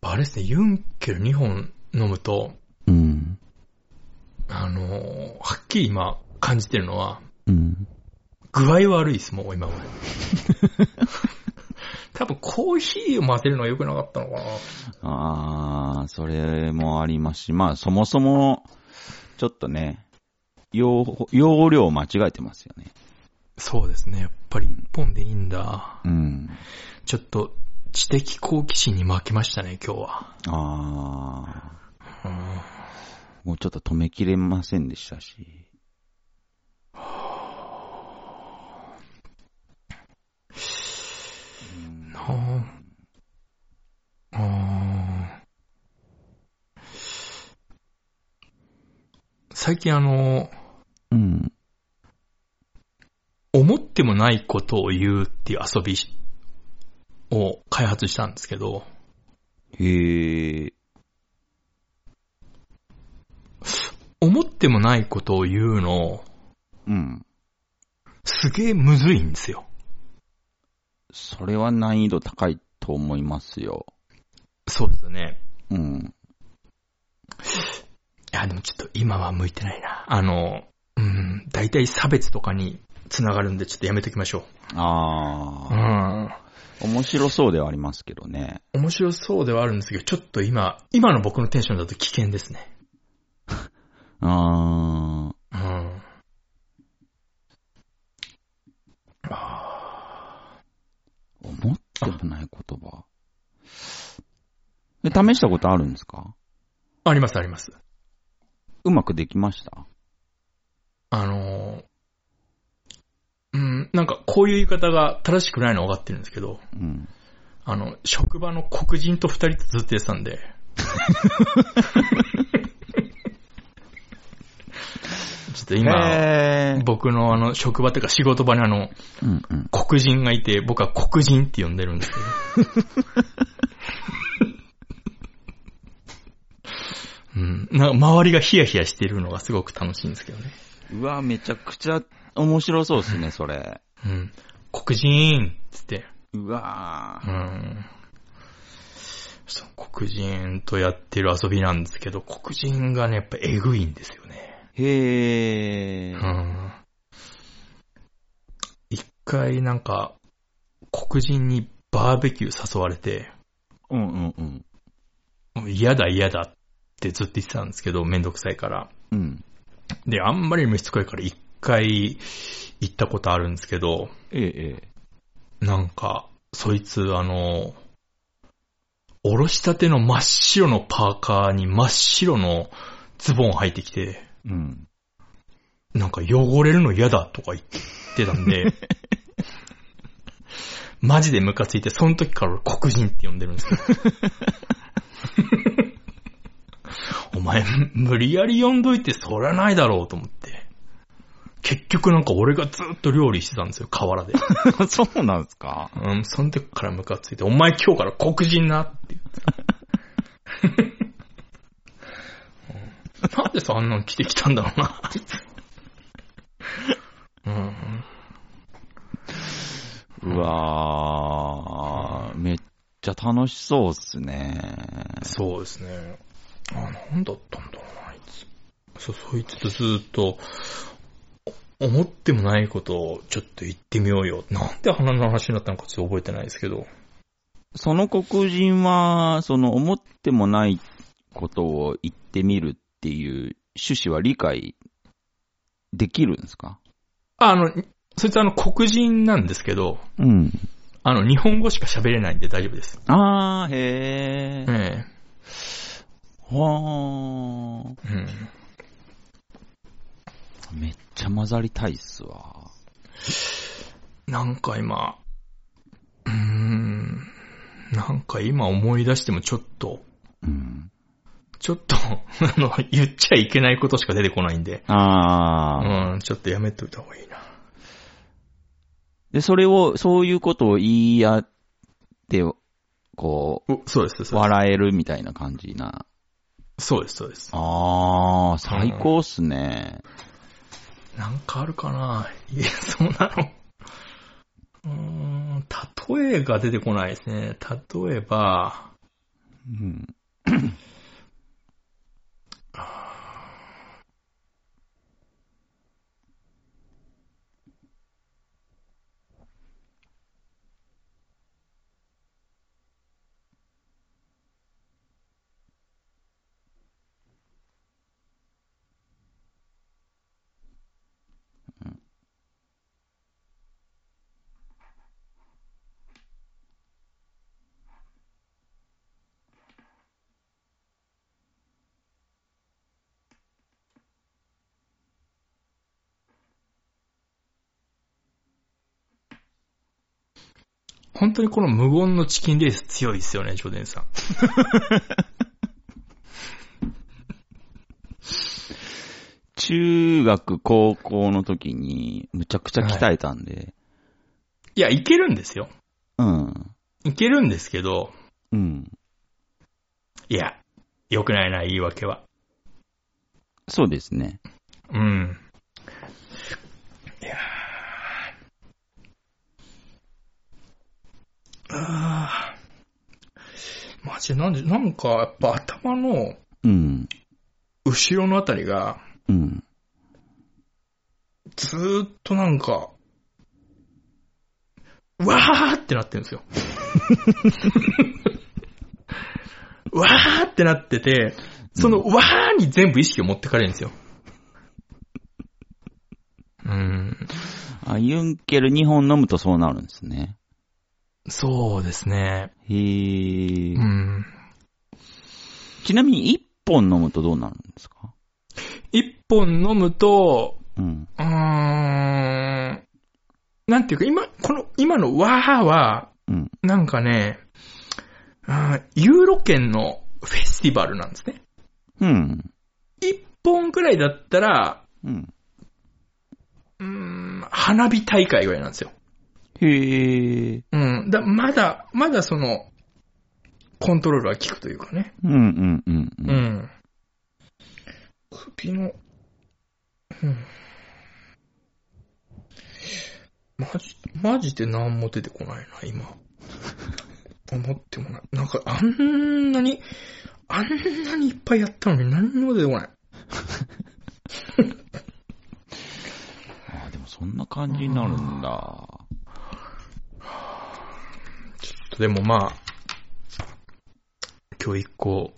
あれですね、ユンケル2本飲むと、うん。あのーはっきり今感じてるのは、うん。具合悪いです、もう今 俺。多分コーヒーを混ぜるのが良くなかったのかな。ああ、それもありますし、まあそもそも、ちょっとね、容、容量を間違えてますよね。そうですね、やっぱり1本でいいんだ。うん。ちょっと知的好奇心に負けましたね、今日は。あうんあ、もうちょっと止めきれませんでしたし。うんなあ。うん最近あの、うん。思ってもないことを言うっていう遊びを開発したんですけど、へえ、思ってもないことを言うの、うん。すげえむずいんですよ。それは難易度高いと思いますよ。そうですよね。うん。いや、でもちょっと今は向いてないな。あの、うん、大体差別とかに繋がるんで、ちょっとやめときましょう。うああ、ん。面白そうではありますけどね。面白そうではあるんですけど、ちょっと今、今の僕のテンションだと危険ですね。うああ、ん。あ思ってもない言葉。え試したことあるんですかーありますあります。うまくできましたあのー、うん、なんかこういう言い方が正しくないのは分かってるんですけど、うん。あの、職場の黒人と二人とずっとやってたん で、ちょっと今、へー僕のあの、職場というか仕事場にあの、うんうん。黒人がいて、僕は黒人って呼んでるんですけど。うん、なんか周りがヒヤヒヤしてるのがすごく楽しいんですけどね。うわ、めちゃくちゃ面白そうですね、それ。うん。黒人っつって。うわうーん。そう、黒人とやってる遊びなんですけど、黒人がね、やっぱエグいんですよね。へえう。ん。一回なんか、黒人にバーベキュー誘われて、うんうんうん。もう嫌だ嫌だってずっと言ってたんですけど、めんどくさいから。うん。で、あんまりにもしつこいから一回行ったことあるんですけど、ええええ。なんか、そいつ、あの、おろしたての真っ白のパーカーに真っ白のズボン履いてきて、うん。 なんか汚れるの嫌だとか言ってたんで、マジでムカついて、その時から俺黒人って呼んでるんですよ。お前、無理やり呼んどいてそりゃないだろうと思って。結局なんか俺がずっと料理してたんですよ、河原で。そうなんですかうん、その時からムカついて、お前今日から黒人なって言ってた。うんなんでそんなの着てきたんだろうな。うん、うわー、めっちゃ楽しそうっすね。そうですね。あ、なんだったんだろうな、あいつ。そ、そいつとずーっと、お思ってもないことをちょっと言ってみようよ。なんで花の話になったのかちょっと覚えてないですけど。その黒人は、その思ってもないことを言ってみるっていう趣旨は理解できるんですかあ、あの、そいつあの黒人なんですけど、うん。あの日本語しか喋れないんで大丈夫です。あー、へー。ええ。はー。うん。めっちゃ混ざりたいっすわ。なんか今、うーん、なんか今思い出してもちょっと、うん。ちょっと、 あの、言っちゃいけないことしか出てこないんで、あー。うん、ちょっとやめといた方がいいな。で、それを、そういうことを言い合って、こおそうです、う、そうで笑えるみたいな感じな。す。そうです、そうです。あー、最高っすね。なんかあるかない や、そうなの。うーん、例えが出てこないですね。例えば、うん。本当にこの無言のチキンレース強いですよね、ジョデンさん。中学、高校の時に、むちゃくちゃ鍛えたんで、いや、いけるんですよ。うん。いけるんですけど、うん。いや、良くないな、言い訳は。そうですね。うん。いやーあーマジでなんで、なんか、やっぱ頭のうん。後ろのあたりが、うん。ずーっとなんか、わーってなってるんです よ。わーってなってて、そのわーに全部意識を持ってかれるんですよ。うん、あ、ユンケル2本飲むとそうなるんですね。そうですね。へえ。うん。ちなみに1本飲むとどうなるんですか一本飲むと、うん。うーん、なんていうか今、この、今のわーは、うん。なんかね、あーユーロ圏のフェスティバルなんですね。うん。一本くらいだったら、うん。うーん、花火大会ぐらいなんですよ。へえ。うん。だまだ、まだその、コントロールは効くというかね。うんうんうんうう。んん。首の、うん。マジ、マジで何も出てこないな、今。思ってもない。なんか、あんなに、あんなにいっぱいやったのに何にも出てこない。あ、でもそんな感じになるんだ。でもまあ、今日一個、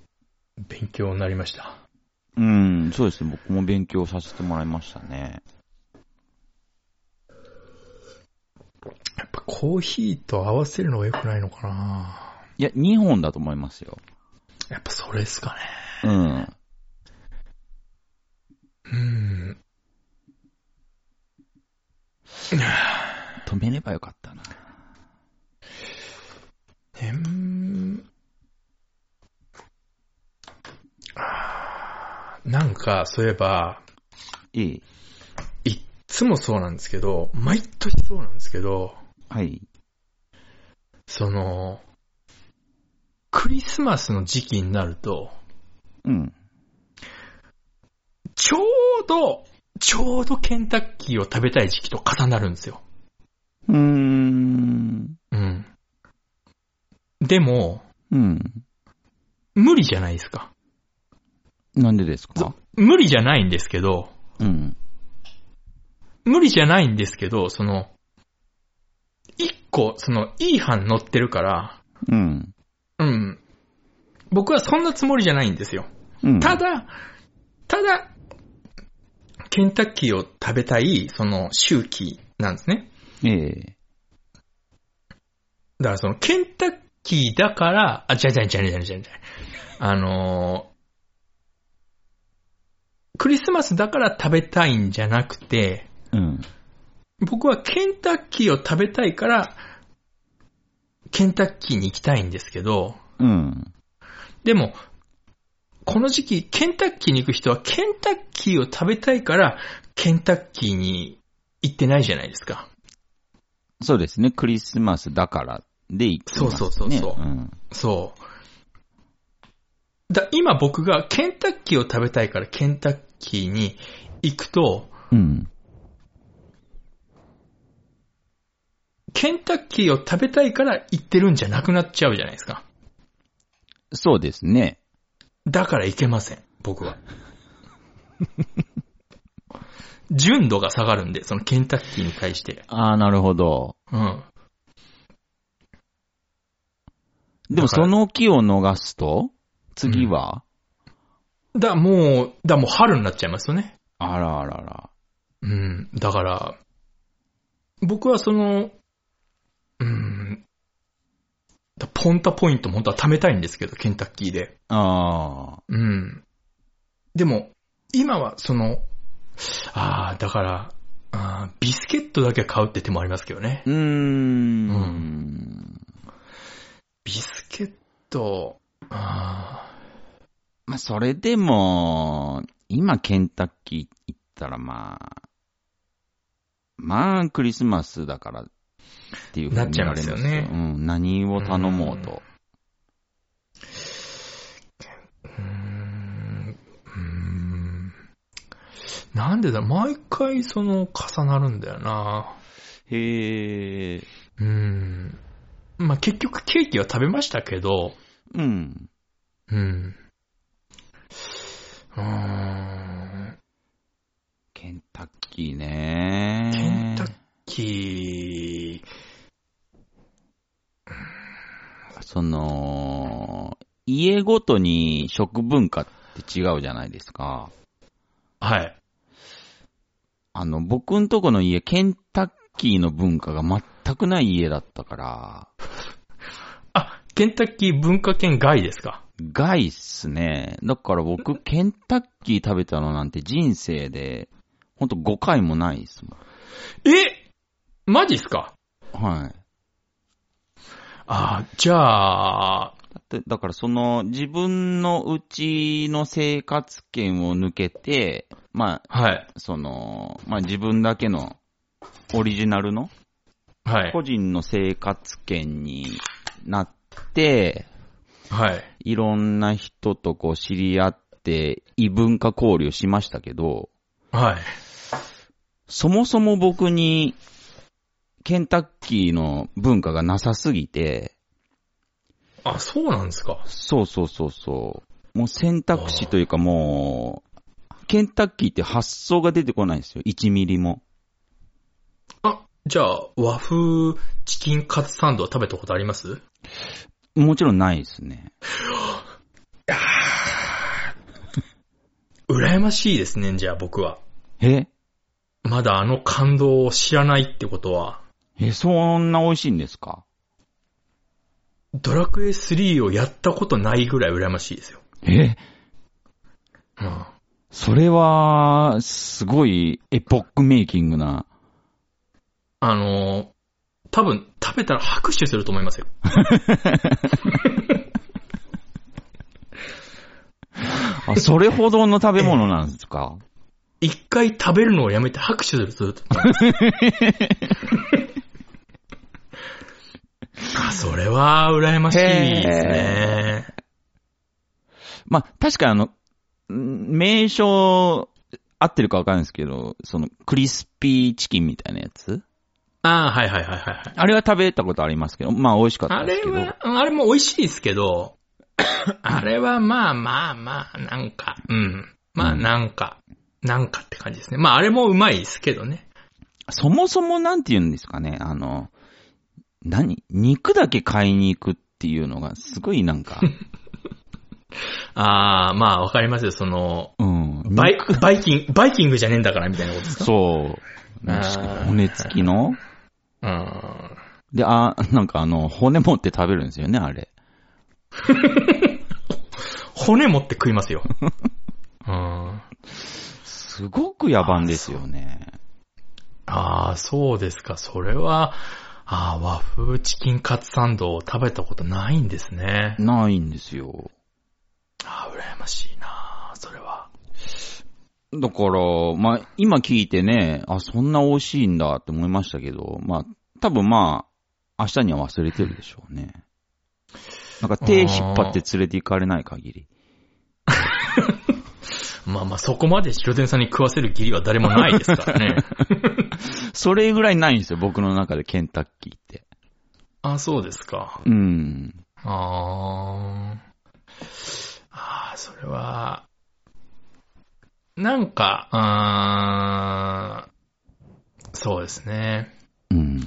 勉強になりました。うん、そうですね。僕も勉強させてもらいましたね。やっぱコーヒーと合わせるのが良くないのかないや、2本だと思いますよ。やっぱそれですかね。うん。うん。止めればよかったな。えんあーなんか、そういえば、ええ。いっつもそうなんですけど、毎年そうなんですけど、はい。その、クリスマスの時期になると、うん。ちょうど、ちょうどケンタッキーを食べたい時期と重なるんですよ。うーん。うん。でも、うん。無理じゃないですか。なんでですか無理じゃないんですけど、うん。無理じゃないんですけど、その、一個、その、いい班乗ってるから、うん。うん。僕はそんなつもりじゃないんですよ。うん。ただ、ただ、ケンタッキーを食べたい、その、周期なんですね。ええ。だからその、ケンタッキーだから、あ、じゃじゃじゃじゃじゃじゃあのークリスマスだから食べたいんじゃなくて、うん。僕はケンタッキーを食べたいから、ケンタッキーに行きたいんですけど、うん。でも、この時期、ケンタッキーに行く人は、ケンタッキーを食べたいから、ケンタッキーに行ってないじゃないですか。そうですね。クリスマスだからで行きます、ね。そうそうそうそううん。そう。だ今僕がケンタッキーを食べたいからケンタッキーに行くと、うん。ケンタッキーを食べたいから行ってるんじゃなくなっちゃうじゃないですか。そうですね。だからいけません、僕は。純度が下がるんで、そのケンタッキーに対して。ああ、なるほど。うん。でだかもらその木を逃すと、次は、だ、もう、だ、もう春になっちゃいますよね。あらあらあら。うん。だから、僕はその、うん、だポンタポイントも本当は貯めたいんですけど、ケンタッキーで。ああ、うん。でも、今はその、ああ、だから、あービスケットだけ買うって手もありますけどね。うーん。、うんビスケット、あまあ、それでも、今ケンタッキー行ったらまあ、まあ、クリスマスだからっていうふうになっちゃいなまれすよねうん、何を頼もうと。あ、うーん、うーん。なんでだ、毎回その重なるんだよな。へえ、うーん。まあ、結局ケーキは食べましたけど、うん。うん。うーん。ケンタッキーね。ケンタッキー、その、家ごとに食文化って違うじゃないですか。はい。あの、僕んとこの家、ケンタッキーの文化が全くない家だったから、あ、ケンタッキー文化圏外ですか。害っすね。だから僕、ケンタッキー食べたのなんて人生で、ほんと5回もないっすもえマジっすかん。はい。あ、じゃあ、だって、だからその、自分のうちの生活圏を抜けて、まあ、はい、その、まあ自分だけの、オリジナルのはい、個人の生活圏になって、はい。いろんな人とこう知り合って異文化交流しましたけど、はい。そもそも僕にケンタッキーの文化がなさすぎて、あ、そうなんですか。そうそうそうそう、もう選択肢というかもう、ケンタッキーって発想が出てこないんですよ、1ミリも。あ、じゃあ、和風チキンカツサンドは食べたことありますもちろんないですね。羨ましいですね、じゃあ僕は。えまだあの感動を知らないってことは、え、そんな美味しいんですかドラクエ3をやったことないぐらい羨ましいですよ。えうん。それは、すごいエポックメイキングな。あのー、多分食べたら拍手すると思いますよ。あ、それほどの食べ物なんですか一回食べるのをやめて拍手すると思います。あ、それは羨ましいですね。まあ、確かあの、ん名称、合ってるかわかんないですけど、その、クリスピーチキンみたいなやつあーはいはいはいはいはい。あれは食べたことありますけど、まあ美味しかったあですれけど。は、あれも美味しいですけど、 あれはまあまあまあ、なんか、うん。まあなんか、なんかって感じですね。まああれもうまいですけどね。そもそもなんて言うんですかね、あの、何肉だけ買いに行くっていうのが、すごいな んか、ああ、まあわかりますよ、その、うん。バイ、バイキング、バイキングじゃねえんだからみたいなことですかそう。あーしかも骨付きのうん。で、あ、なんかあの、骨持って食べるんですよね、あれ。骨持って食い ますよ。うん。すごく野蛮ですよね。ああ、そうですか。それは、ああ、和風チキンカツサンドを食べたことないんですね。ないんですよ。ああ、羨ましいなそれは。だから、まあ、今聞いてね、あ、そんな美味しいんだって思いましたけど、まあ、多分まあ、明日には忘れてるでしょうね。なんか手引っ張って連れて行かれない限り。まあまあ、そこまで白天さんに食わせる義理は誰もないですからね。それぐらいないんですよ、僕の中でケンタッキーって。ああ、そうですか。うん。ああ。ああ、それは、なんか、あーそうですね。うん。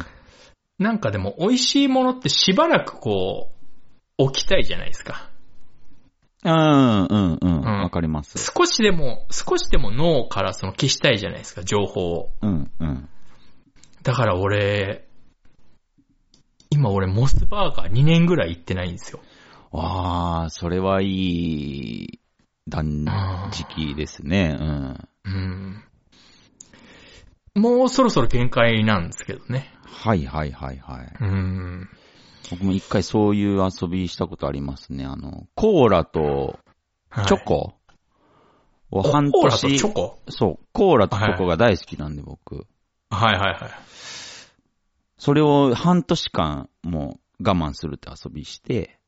なんかでも美味しいものってしばらくこう、置きたいじゃないですか。うん、うん、うん。んわかります。少しでも、少しでも脳からその消したいじゃないですか、情報を。うん、うん。だから俺、今俺モスバーガー2年ぐらい行ってないんですよ。わあ、それはいい断食ですね。うん。うん。もうそろそろ限界なんですけどね。はいはいはいはい。うん。僕も一回そういう遊びしたことありますね。あの、コーラとはいチョコをお半コーラとチ年、ョコそう、コーラとチョコが大好きなんで僕。はいはいはい。それを半年間もう我慢するって遊びして、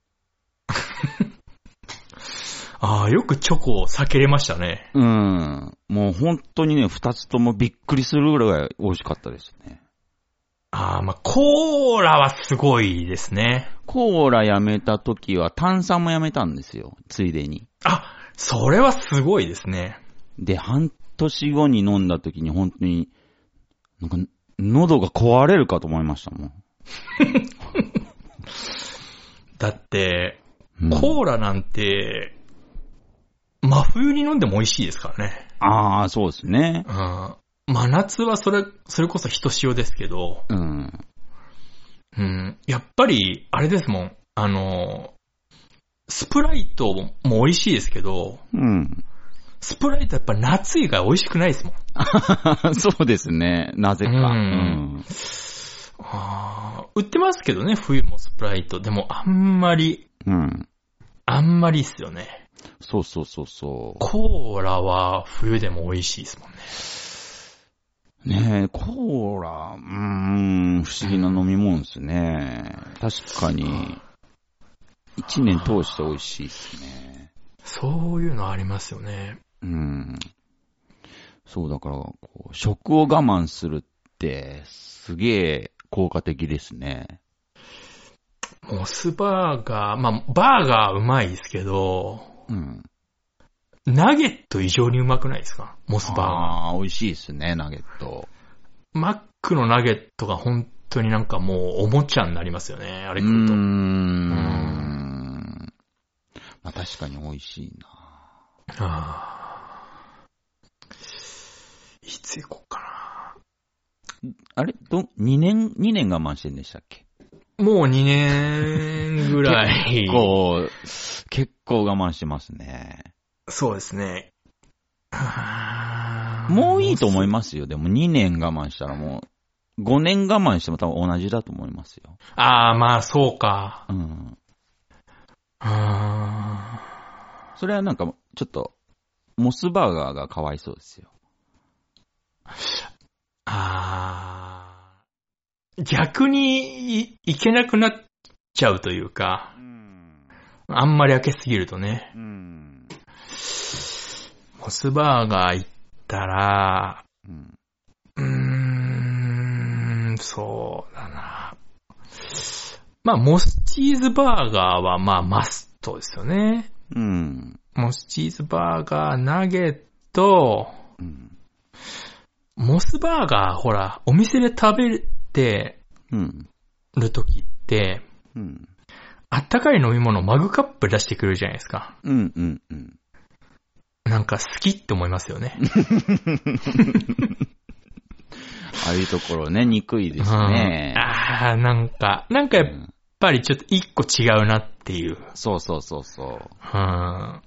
ああ、よくチョコを避けれましたね。うん。もう本当にね、二つともびっくりするぐらい美味しかったですね。ああ、まあ、コーラはすごいですね。コーラやめた時は炭酸もやめたんですよ。ついでに。あ、それはすごいですね。で、半年後に飲んだ時に本当に、なんか、喉が壊れるかと思いましたもん。だって、うんコーラなんて、真冬に飲んでも美味しいですからね。ああ、そうですね。うん。真夏はそれ、それこそひとしおですけど、うん。うん。やっぱり、あれですもん。あの、スプライトも美味しいですけど、うん。 スプライトやっぱ夏以外美味しくないですもん。そうですね。なぜか。ううんん。ああ、売ってますけどね、冬もスプライト。でもあんまり、うん。あんまりっすよね。そうそうそうそコーラは冬でも美味しいですもんね。う。ねえ、コーラ、うーん、不思議な飲み物ですね。確かに、一年通して美味しいですね。そういうのありますよね。うん。そう、だから、こう食を我慢するって、すげえ効果的ですね。モスバーガー、まあ、バーガーうまいですけど、うん。ナゲット異常にうまくないですかモスバーガー。ああ、美味しいですね、ナゲット。マックのナゲットが本当になんかもうおもちゃになりますよね。あうれー食うと。ん。まあ確かに美味しいな。あーいつ行こうかあれど、2年、2年我慢してんでしたっけな。もう2年ぐらい。こう、結構我慢してますね。そうですね。あーもういいと思いますよ。でも2年我慢したらもう、5年我慢しても多分同じだと思いますよ。ああ、まあそうか。うん。あそれはなんか、ちょっと、モスバーガーがかわいそうですよ。ーあー。逆にいいけなくなっちゃうというかう、ん。あんまり開けすぎるとね。うん。モスバーガー行ったら、うん。うーん、そうだな。まあ、モスチーズバーガーはまあマストですよね。うん。モスチーズバーガー、ナゲット、うん。モスバーガー、ほら、お店で食べてうん。るときって、うん。あったかい飲み物マグカップ出してくれるじゃないですか。うん。うん。うん。なんか好きって思いますよね。ああいうところね、憎いですねうん。ああ、なんか、なんかうやっんぱりちょっと一個違うなっていう。そうそうそうそうう。ん。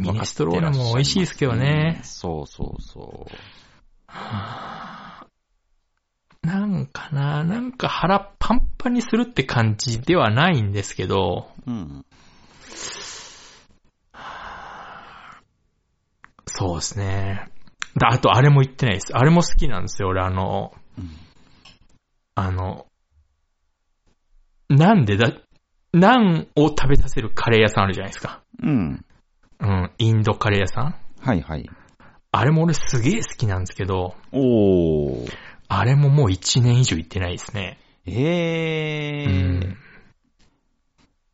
ミネストローネも美味しいですけどうんね。そうそうそなんかな、なんか腹パンパンにするって感じではないんですけど、う。うん。そうですね。だ、あとあれも言ってないです。あれも好きなんですよ、俺あの、うんあの、なんでだ、ナンを食べさせるカレー屋さんあるじゃないですか。うん。うん、インドカレー屋さん。はいはい。あれも俺すげえ好きなんですけど、おー。あれももう1年以上行ってないですね。えうー。ん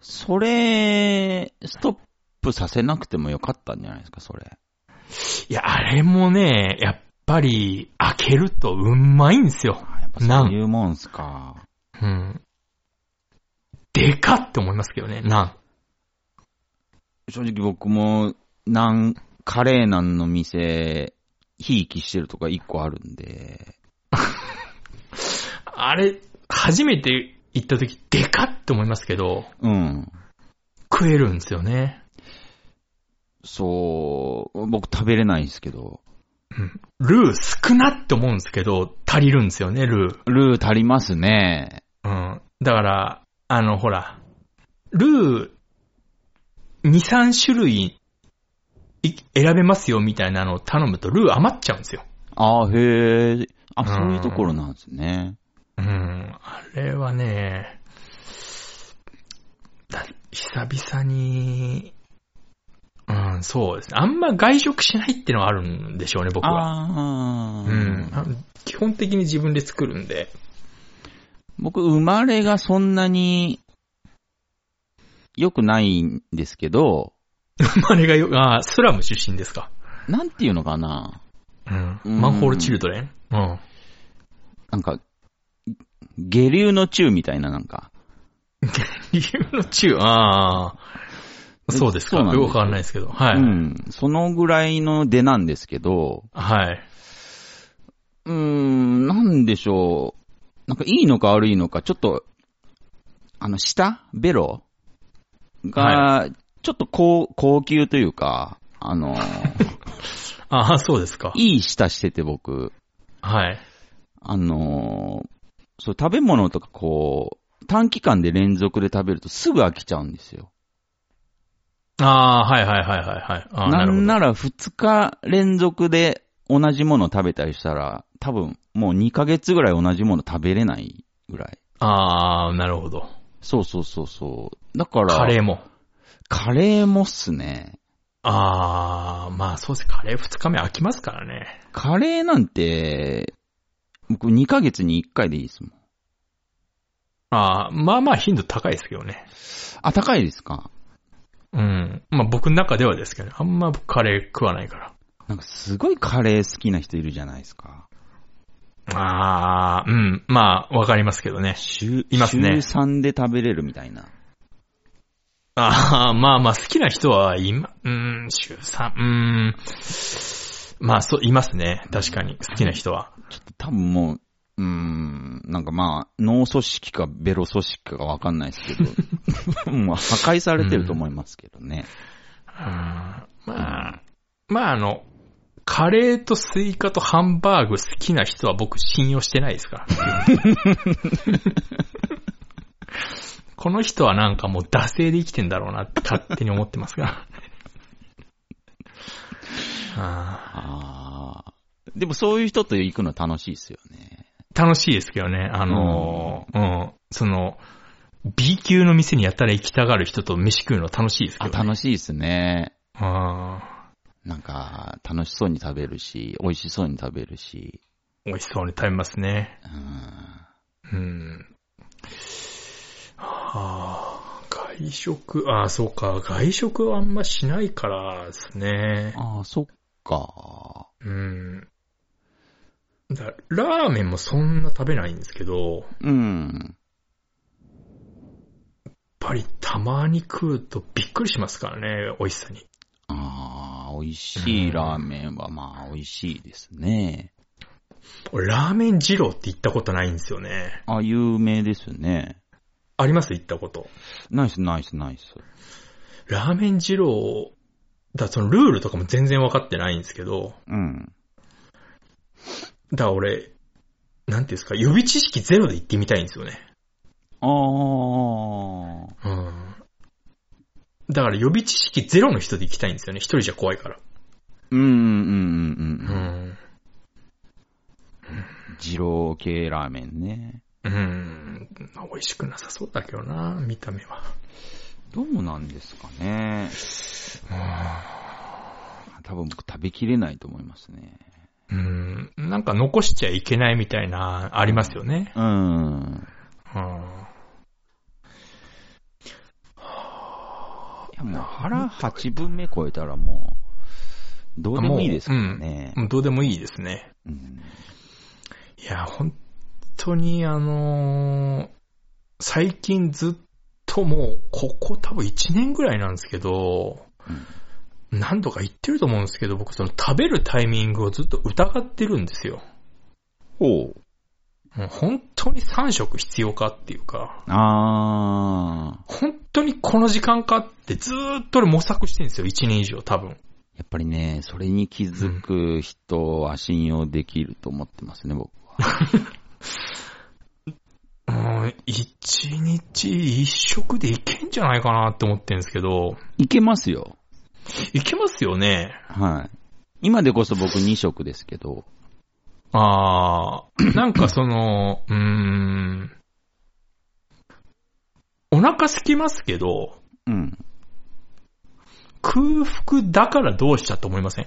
それ、ストップさせなくてもよかったんじゃないですか、それ。いや、あれもね、やっぱり、開けるとうまいんですよ。あやっぱそういうもんすか。うん。でかって思いますけどね、なん。正直僕も、なん、カレーナンの店、ひいきしてるとか一個あるんで、あれ、初めて行った時、でかって思いますけど、うん。食えるんですよね。そう、僕食べれないんですけど、ルー少なって思うんですけど、足りるんですよね、ルー。ルー足りますね。うん。だから、あの、ほら、ルー、2、3種類い選べますよみたいなのを頼むと、ルー余っちゃうんですよ。ああ、へえ。あ、うんそういうところなんですね。うん。あれはね、だ久々に、うん、そうですね。あんま外食しないっていうのはあるんでしょうね、僕は。ああ、うん。あ基本的に自分で作るんで。僕、生まれがそんなに良くないんですけど、生まれがよ、あースラム出身ですか。なんていうのかな。うん。うんマンホールチルドレンうん。 なんか、下流の中みたいな、なんか。理由の中、ああ。そうですか。そうなんですよくわかんないですけど。はい。うん。そのぐらいの出なんですけど、はい。うーん、なんでしょう。なんかいいのか悪いのか、ちょっと、あの、下ベロが、ちょっと高高級というか、あの、ああ、そうですか。いい舌してて僕、はい。あの、そう、食べ物とかこう、短期間で連続で食べるとすぐ飽きちゃうんですよ。ああ、はいはいはいはいはい。ああ、ななるほんど。なら2日連続で同じもの食べたりしたら、多分もう2ヶ月ぐらい同じもの食べれないぐらい。ああ、なるほど。そうそうそうそう。だから、カレーも。カレーもっすね。ああ、まあそうです。カレー二日目飽きますからね。カレーなんて、僕2ヶ月に1回でいいですもん。ああ、まあまあ頻度高いですけどね。あ、高いですかうん。まあ僕の中ではですけどね。あんま僕カレー食わないかなんかすごいカレー好きな人いるじゃないですか。ら。ああ、うん。まあわかりますけどね。週、いますね週3で食べれるみたいな。ああ、まあまあ好きな人は今、うーん、週3、うーん。まあそう、いますね。確かに、好きな人は。ちょっと多分もう、うーん、なんかまあ、脳組織かベロ組織かがわかんないですけ ど、もう破壊されてると思いますけどね。うーんまあ、まああの、カレーとスイカとハンバーグ好きな人は僕信用してないです から。この人はなんかもう惰性で生きてんだろうなって勝手に思ってます から。あああ。でもそういう人と行くの楽しいですよね。ー楽しいですけどね。あのーうん、その、B 級の店にやったら行きたがる人と飯食うの楽しいですけあ、ど、ね。楽しいですね。あなんか、楽しそうに食べるし、美味しそうに食べるし。ー美味しそうに食べますね。ううん。ん。はあ、外食、ああ、そうか、外食はあんましないからですね。ああ、そっか。うん。だラーメンもそんな食べないんですけど、やっうん。ぱりたまに食うとびっくりしますからね、美味しさに。ああ、美味しいラーメンは、まあ、美味しいですね。俺ラーメン二郎って行ったことないんですよね。あ、有名ですね。あります行ったこと。ナイス、ナイス、ナイス。ラーメン二郎、だそのルールとかも全然わかってないんですけど、うん。だから俺、なんていうんですか、予備知識ゼロで行ってみたいんですよね。ああ。うんだから予備知識ゼロの人で行きたいんですよね。一人じゃ怖いから。うん、うん、うん、うん。ん。二郎系ラーメンね。うん。美味しくなさそうだけどな、見た目は。どうなんですかね。多分僕食べきれないと思いますね。うん。なんか残しちゃいけないみたいな、ありますよね。ううん。ん。いややもう腹八分目超えたらもう、どうでもいいですからね。うんどうでもいいですね。うんいや、本当にあのー最近ずっともう、ここ多分1年ぐらいなんですけど、何度か言ってると思うんですけど、僕その食べるタイミングをずっと疑ってるんですよ。ほう。もう本当に3食必要かっていうか、あー。本当にこの時間かってずーっと俺模索してるんですよ、1年以上多分。やっぱりね、それに気づく人は信用できると思ってますね、僕は。うん、1日1食でいけんじゃないかなって思ってるんですけど、いけますよ。いけますよね。はい。今でこそ僕2食ですけど。あー、 なんかその、うーん、お腹空きますけど、うん。空腹だからどうしたと思いません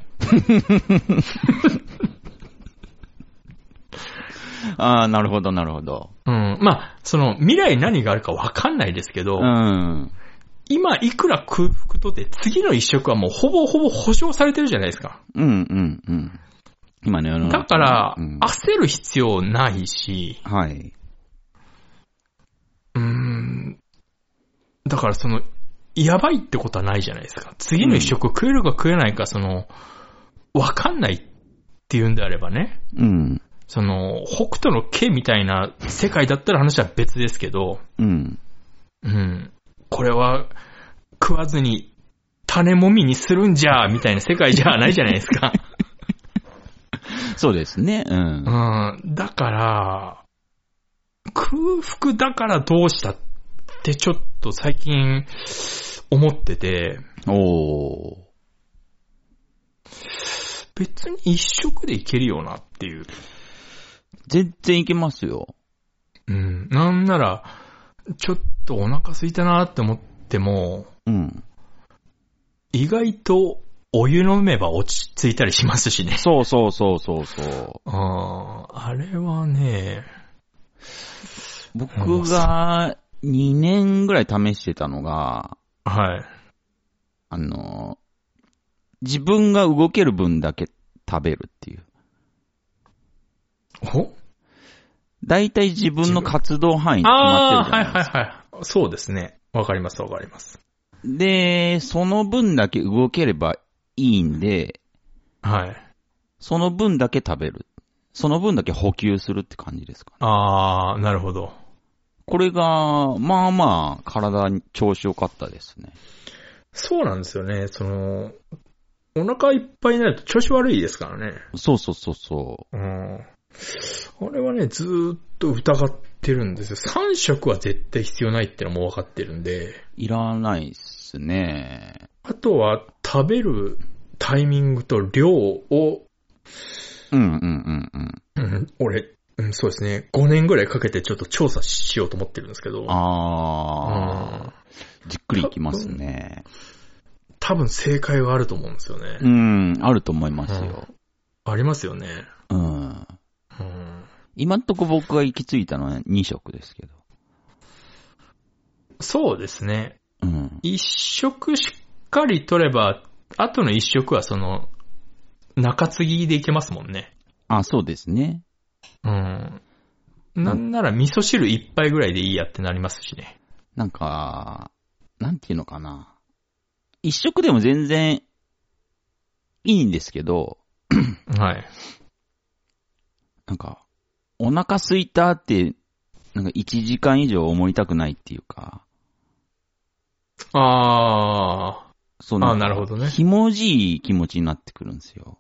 あー、なるほど、なるほど。うん。まあ、その、未来何があるかわかんないですけど、うん。今いくら空腹とて、次の一食はもうほぼほぼ保証されてるじゃないですか。うん、うん、うん。今の世の中だから、うん焦る必要ないし、はい。うーん。だからその、やばいってことはないじゃないですか。次の一食食えるか食えないか、その、わかんないっていうんであればね。うん。その、北斗の家みたいな世界だったら話は別ですけど、うん。うん。これは、食わずに、種もみにするんじゃ、みたいな世界じゃないじゃないですか。そうですね。うん。うん。だから、空腹だからどうしたってちょっと最近思ってて、おー。別に一食でいけるよなっていう。全然いけますよ。うん。なんなら、ちょっとお腹空いたなって思っても、うん。意外とお湯飲めば落ち着いたりしますしね。 そうそうそうそうそう。ああ、あれはね、僕が2年ぐらい試してたのが、はい。あの、自分が動ける分だけ食べるっていう。お大体自分の活動範囲決まあってるあー、じゃなはいいですか。はいはい。そうですね。わかりますわかります。で、その分だけ動ければいいんで、はい。その分だけ食べる。その分だけ補給するって感じですかね。ああ、なるほど。これが、まあまあ、体に調子良かったですね。そうなんですよね。その、お腹いっぱいになると調子悪いですからね。そうそうそうそうん。あれはね、ずーっと疑ってるんですよ。3食は絶対必要ないってのも分かってるんで、う。いらないっすね。あとは食べるタイミングと量を、うんうんうんうん。うん、俺、うん、そうですね、5年ぐらいかけてちょっと調査しようと思ってるんですけど、うんあー、じっくりいきますね。多分正解はあると思うんですよね。うん、あると思いますよ。ありますよね。うん。うん、今んとこ僕が行き着いたのは2食ですけど。そうですね。うん。一食しっかり取れば、あとの一食はその、中継ぎでいけますもんね。あ、そうですね。うん。なんなら味噌汁一杯ぐらいでいいやってなりますしね。なんか、なんていうのかな。一食でも全然いいんですけど、はい。なんか、お腹空いたって、なんか1時間以上思いたくないっていうか、あそあ、あの、なるほどね。ひもじい気持ちになってくるんですよ。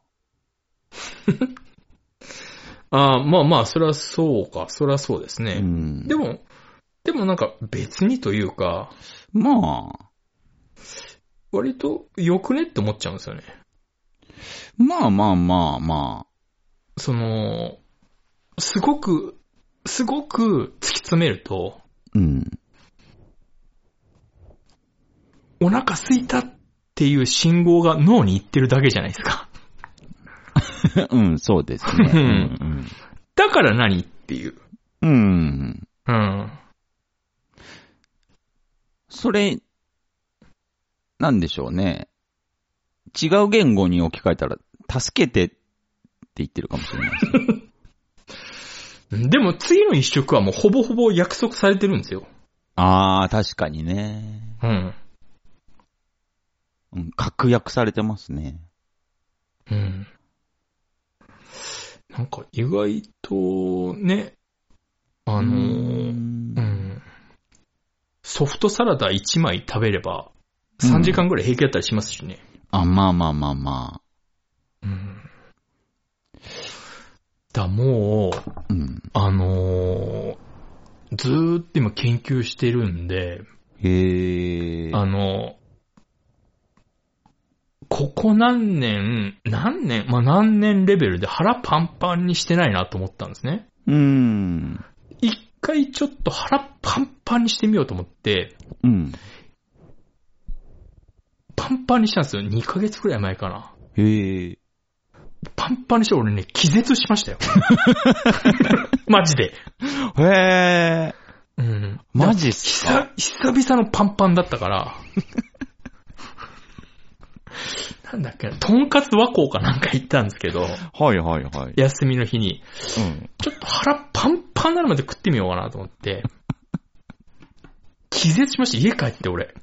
ああ、まあまあ、そりゃそうか、そりゃそうですうね。ん。でも、でもなんか別にというか、まあ、割と良くねって思っちゃうんですよね。まあまあまあまその、すごく、すごく突き詰めると、あ、うん。 お腹空いたっていう信号が脳に行ってるだけじゃないですか。うん、そうです ね。うんだから何っていう。うん。ううん。ん。それ、なんでしょうね。違う言語に置き換えたら、助けてって言ってるかもしれないです ね。でも次の一食はもうほぼほぼ約束されてるんですよ。あー、確かにね。うん。うん、確約されてますね。うん。なんか意外と、ね、あのうー、んうん。ソフトサラダ1枚食べれば、3時間ぐらい平気だったりしますしね。あ、まあまあまあまうん。だ、もう、あ。うん。あのーずーっと今研究してるんで、へえ。あのここ何年、何年、まあ、何年レベルで腹パンパンにしてないなと思ったんですね。うん。一回ちょっと腹パンパンにしてみようと思って、うん。パンパンにしたんですよ。2ヶ月くらい前かな。へえ。パンパンにして俺ね、気絶しま したよ。マジで。へえ。うん。マジっすか久、久々のパンパンだったから。なんだっけな、とんかつ和光かなんか行ったんですけど、はいはいはい。休みの日に、うん。ちょっと腹パンパンになるまで食ってみようかなと思って、気絶しました、家帰って俺。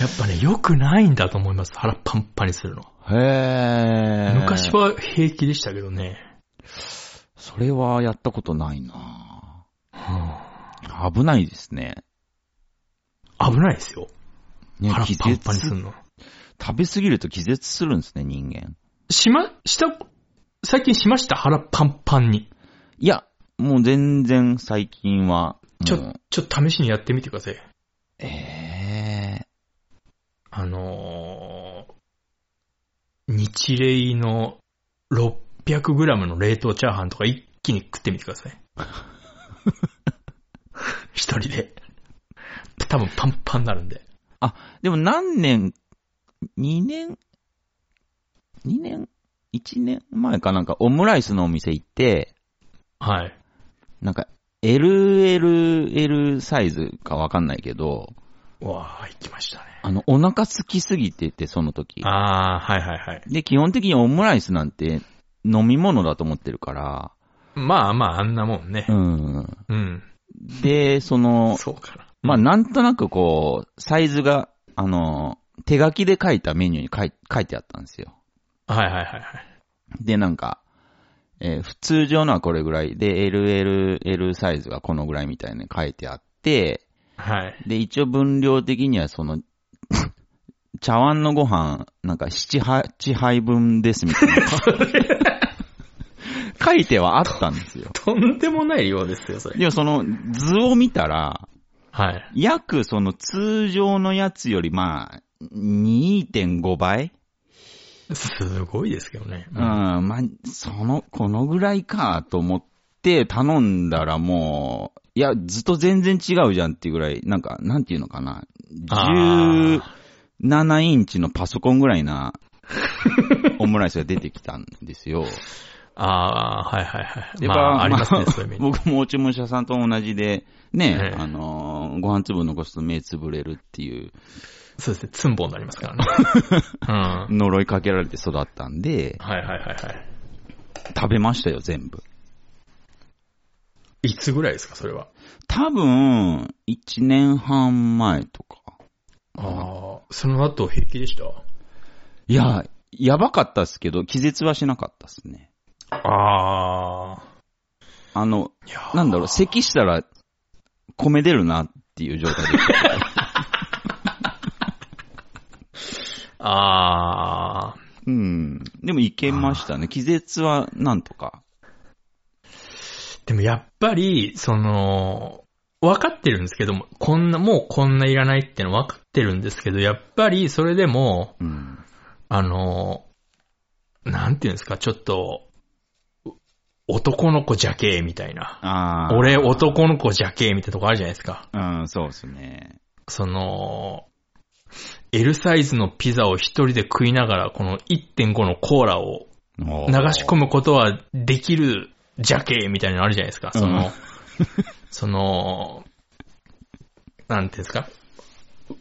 やっぱね、良くないんだと思います、腹パンパンにするの。へえ。昔。は平気でしたけどね。それはやったことないなは危ないですね。あ危ないですよ。ね、腹気パンパンにす絶。るの。食べ過ぎると気絶するんですね、人間。しま、した、最近しました腹パンパンに。いや、もう全然最近は。ちょもう、ちょっと試しにやってみてください。ええ。あのー、日霊の 600g の冷凍チャーハンとか一気に食ってみてくださ い。一人で。多分パンパンになるんで。でも何年、2年、2年、1年前かなんかオムライスのお店行って、はい。なんか LLL サイズかわかんないけど、うわあ、行きましたね。あの、お腹空きすぎてて、その時。ああ、はいはいはい。で、基本的にオムライスなんて飲み物だと思ってるから、まあまあ、あんなもんねう。ん。うん。で、その、そうかな。まあ、なんとなくこう、サイズが、あの、手書きで書いたメニューに書い書いてあったんですよ。はいはいはいはい。で、なんか、えー普通上のはこれぐらいで、LLL サイズがこのぐらいみたいに書いてあって、はい。で、一応分量的にはその、 茶碗のご飯、なんか7、8杯分ですみたい な。書いてはあったんですよ。とんでもない量ですよ、それ。でもその図を見たら、はい。約その通常のやつよりまあ、2.5倍すごいですけどね。うん、まあ、その、このぐらいかと思って頼んだらもう、いや、ずっと全然違うじゃんっていうぐらい、なんか、なんていうのかな。あー17インチのパソコンぐら いな、オムライスが出てきたんですよ。ああ、はいはいはい。でままあ、あありますね、そういう面。僕もお注文者さんと同じで、ねえ、えあのー、ご飯粒残すと目つぶれるっていうそうですね、ツンボになりますから ね。うん。はい呪いかけられて育ったんで、はいはいはい。食べましたよ、全部。いつぐらいですか、それは。多分、1年半前とか。ああ、その後平気でしたいや、やばかったっすけど、気絶はしなかったっすね。ああ。あの、いやなんだろう、せ咳したら、米出るなっていう状 態で。ああ。うん。でもいけましたね。気絶はなんとか。でもやっぱり、その、分かってるんですけども、こんな、もうこんないらないっての分かってるんですけど、やっぱりそれでも、うん。あの、なんていうんですか、ちょっと、男の子じゃけえみたいな。ああ。俺男の子じゃけえみたいなとこあるじゃないですか。うん、そうっすね。その、L サイズのピザを一人で食いながら、この1.5のコーラを流流し込むことはできる じゃけえみたいなのあるじゃないですか。その、うんその、なんていうんですか、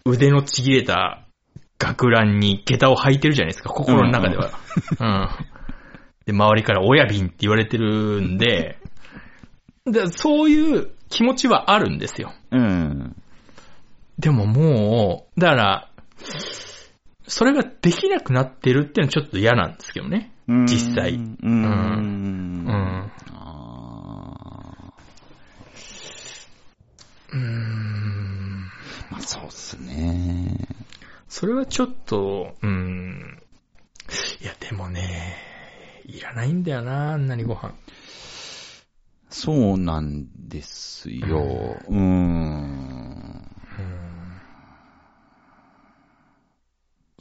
う腕のちぎれた学ランに下駄を履いてるじゃないですか、心の中では。うん。で、周りから親瓶って言われてるんで、でそういう気持ちはあるんですよ。うん。でももう、だから、それができなくなってるっていうのはちょっと嫌なんですけどね。うん実際うん。ううんん。あうーん。ーまあ、そうっすね。それはちょっと、うーん。いや、でもね、いらないんだよな、あんなにご飯。そうなんですよ。うーうん。ん。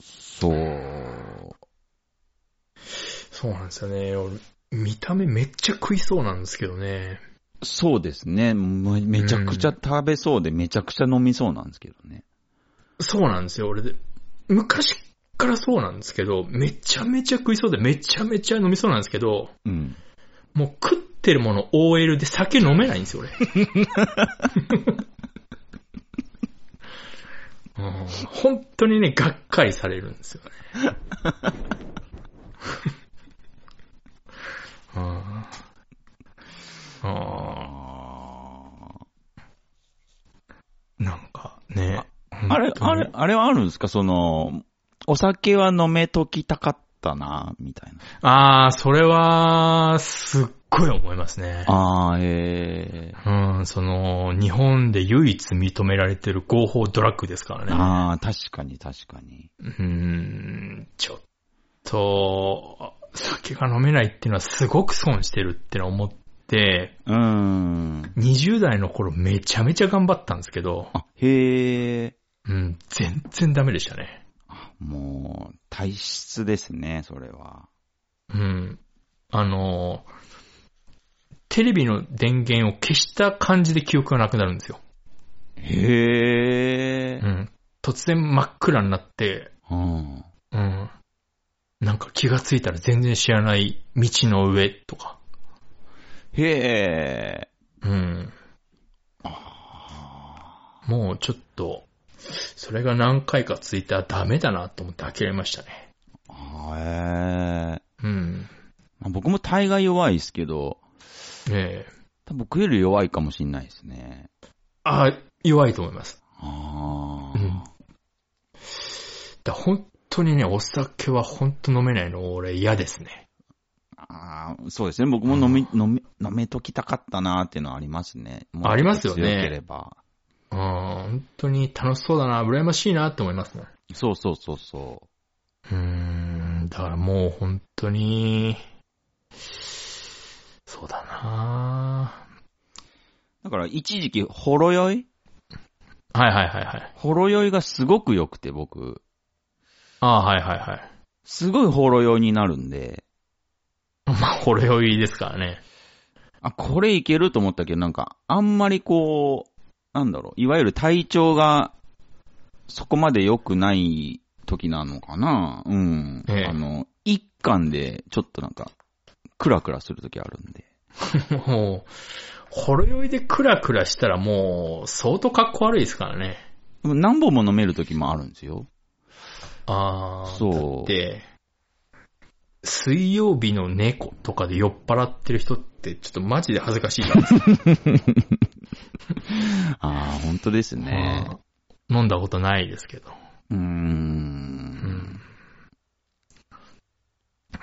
そう。そうなんですよね。俺見た目めっちゃ食いそうなんですけどね。そうですね。めめちゃくちゃ食べそうで、めちゃくちゃ飲みそうなんですけどね。そうなんですよ、俺で。昔からそうなんですけど、めちゃめちゃ食いそうで、めちゃめちゃ飲みそうなんですけど、うん。もう食ってるもの OL で酒飲めないんですよ、俺。うん本当にね、がっかりされるんですよね。あーあー、なんかね。あれ本、当にあれ、あれはあるんですかその、お酒は飲めときたかったな、みたいな。ああ、それは、すっごい思いますね。ああ、ええうん、その、日本で唯一認められてる合法ドラッグですからね。ああ、確かに確かに。うーん、ちょっと、酒が飲めないっていうのはすごく損してるってのは思って、うーん。 20代の頃めちゃめちゃ頑張ったんですけど、あ、へえ。うん、全然ダメでしたね。もう、体質ですね、それは。うん。あの、テレビの電源を消した感じで記憶がなくなるんですよ。へえう。ん。突然真っ暗になって、うん。うん。なんか気がついたら全然知らない道の上とか。へえ。うん。もうちょっと、それが何回かついたらダメだなと思って諦めましたね。あーへえ。うん。まあ僕も体が弱いですけど、ええ多分僕より弱いかもしんないですね。あ弱いと思います。あうあ。んだ本当にね、お酒は本当飲めないの俺嫌ですね。ああ、そうですね。僕も飲み、飲み、飲めときたかったなーっていうのはありますね。もうありますよね強ければ。うん、本当に楽しそうだな、羨ましいなって思いますね。そうそうそうそうーん、だからもう本当に、そうだなう。だから一時期、ほろ酔いはいはいはいはい。ほろ酔いがすごく良くて僕、ああ、はいはいはい。すごいほろ酔いになるんで、 まあ、ほろ酔いですからね。あ、これいけると思ったけど、なんか、あんまりこう、なんだろう、いわゆる体調が、そこまで良くない時なのかなうん。ええあの、一巻で、ちょっとなんか、クラクラする時あるんで。もう、ほろ酔いでクラクラしたらもう、相当かっこ悪いですからね。でも何本も飲める時もあるんですよ。ああ、そうだって、水曜日の猫とかで酔っ払ってる人って、ちょっとマジで恥ずかしいからですああ、本当です ね。ね。飲んだことないですけど。うー。うんん。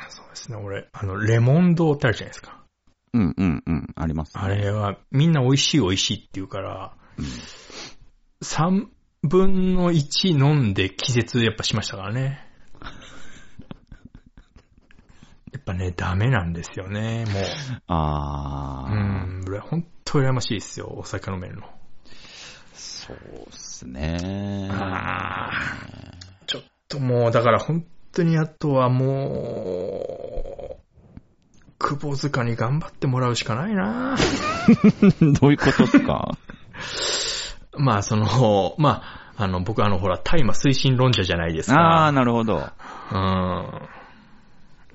そうですね、俺、あの、レモン堂ってあるじゃないですか。うん、うん、うん。あります、あれは、みんな美味しい美味しいって言うから、3分の1飲んで気絶やっぱしましたから ね。やっぱね、ダメなんですよね、もあう。うあ、ん、俺本当羨ましいですよ、お酒飲めるの。そうっすね。あーちょっともう、だから本当にあとはもう、久保塚に頑張ってもらうしかないな どういうことっすかまあ、その、 まあ、あの、僕あの、ほら、大麻推進論者じゃないですか。 ああ、なるほど。うん。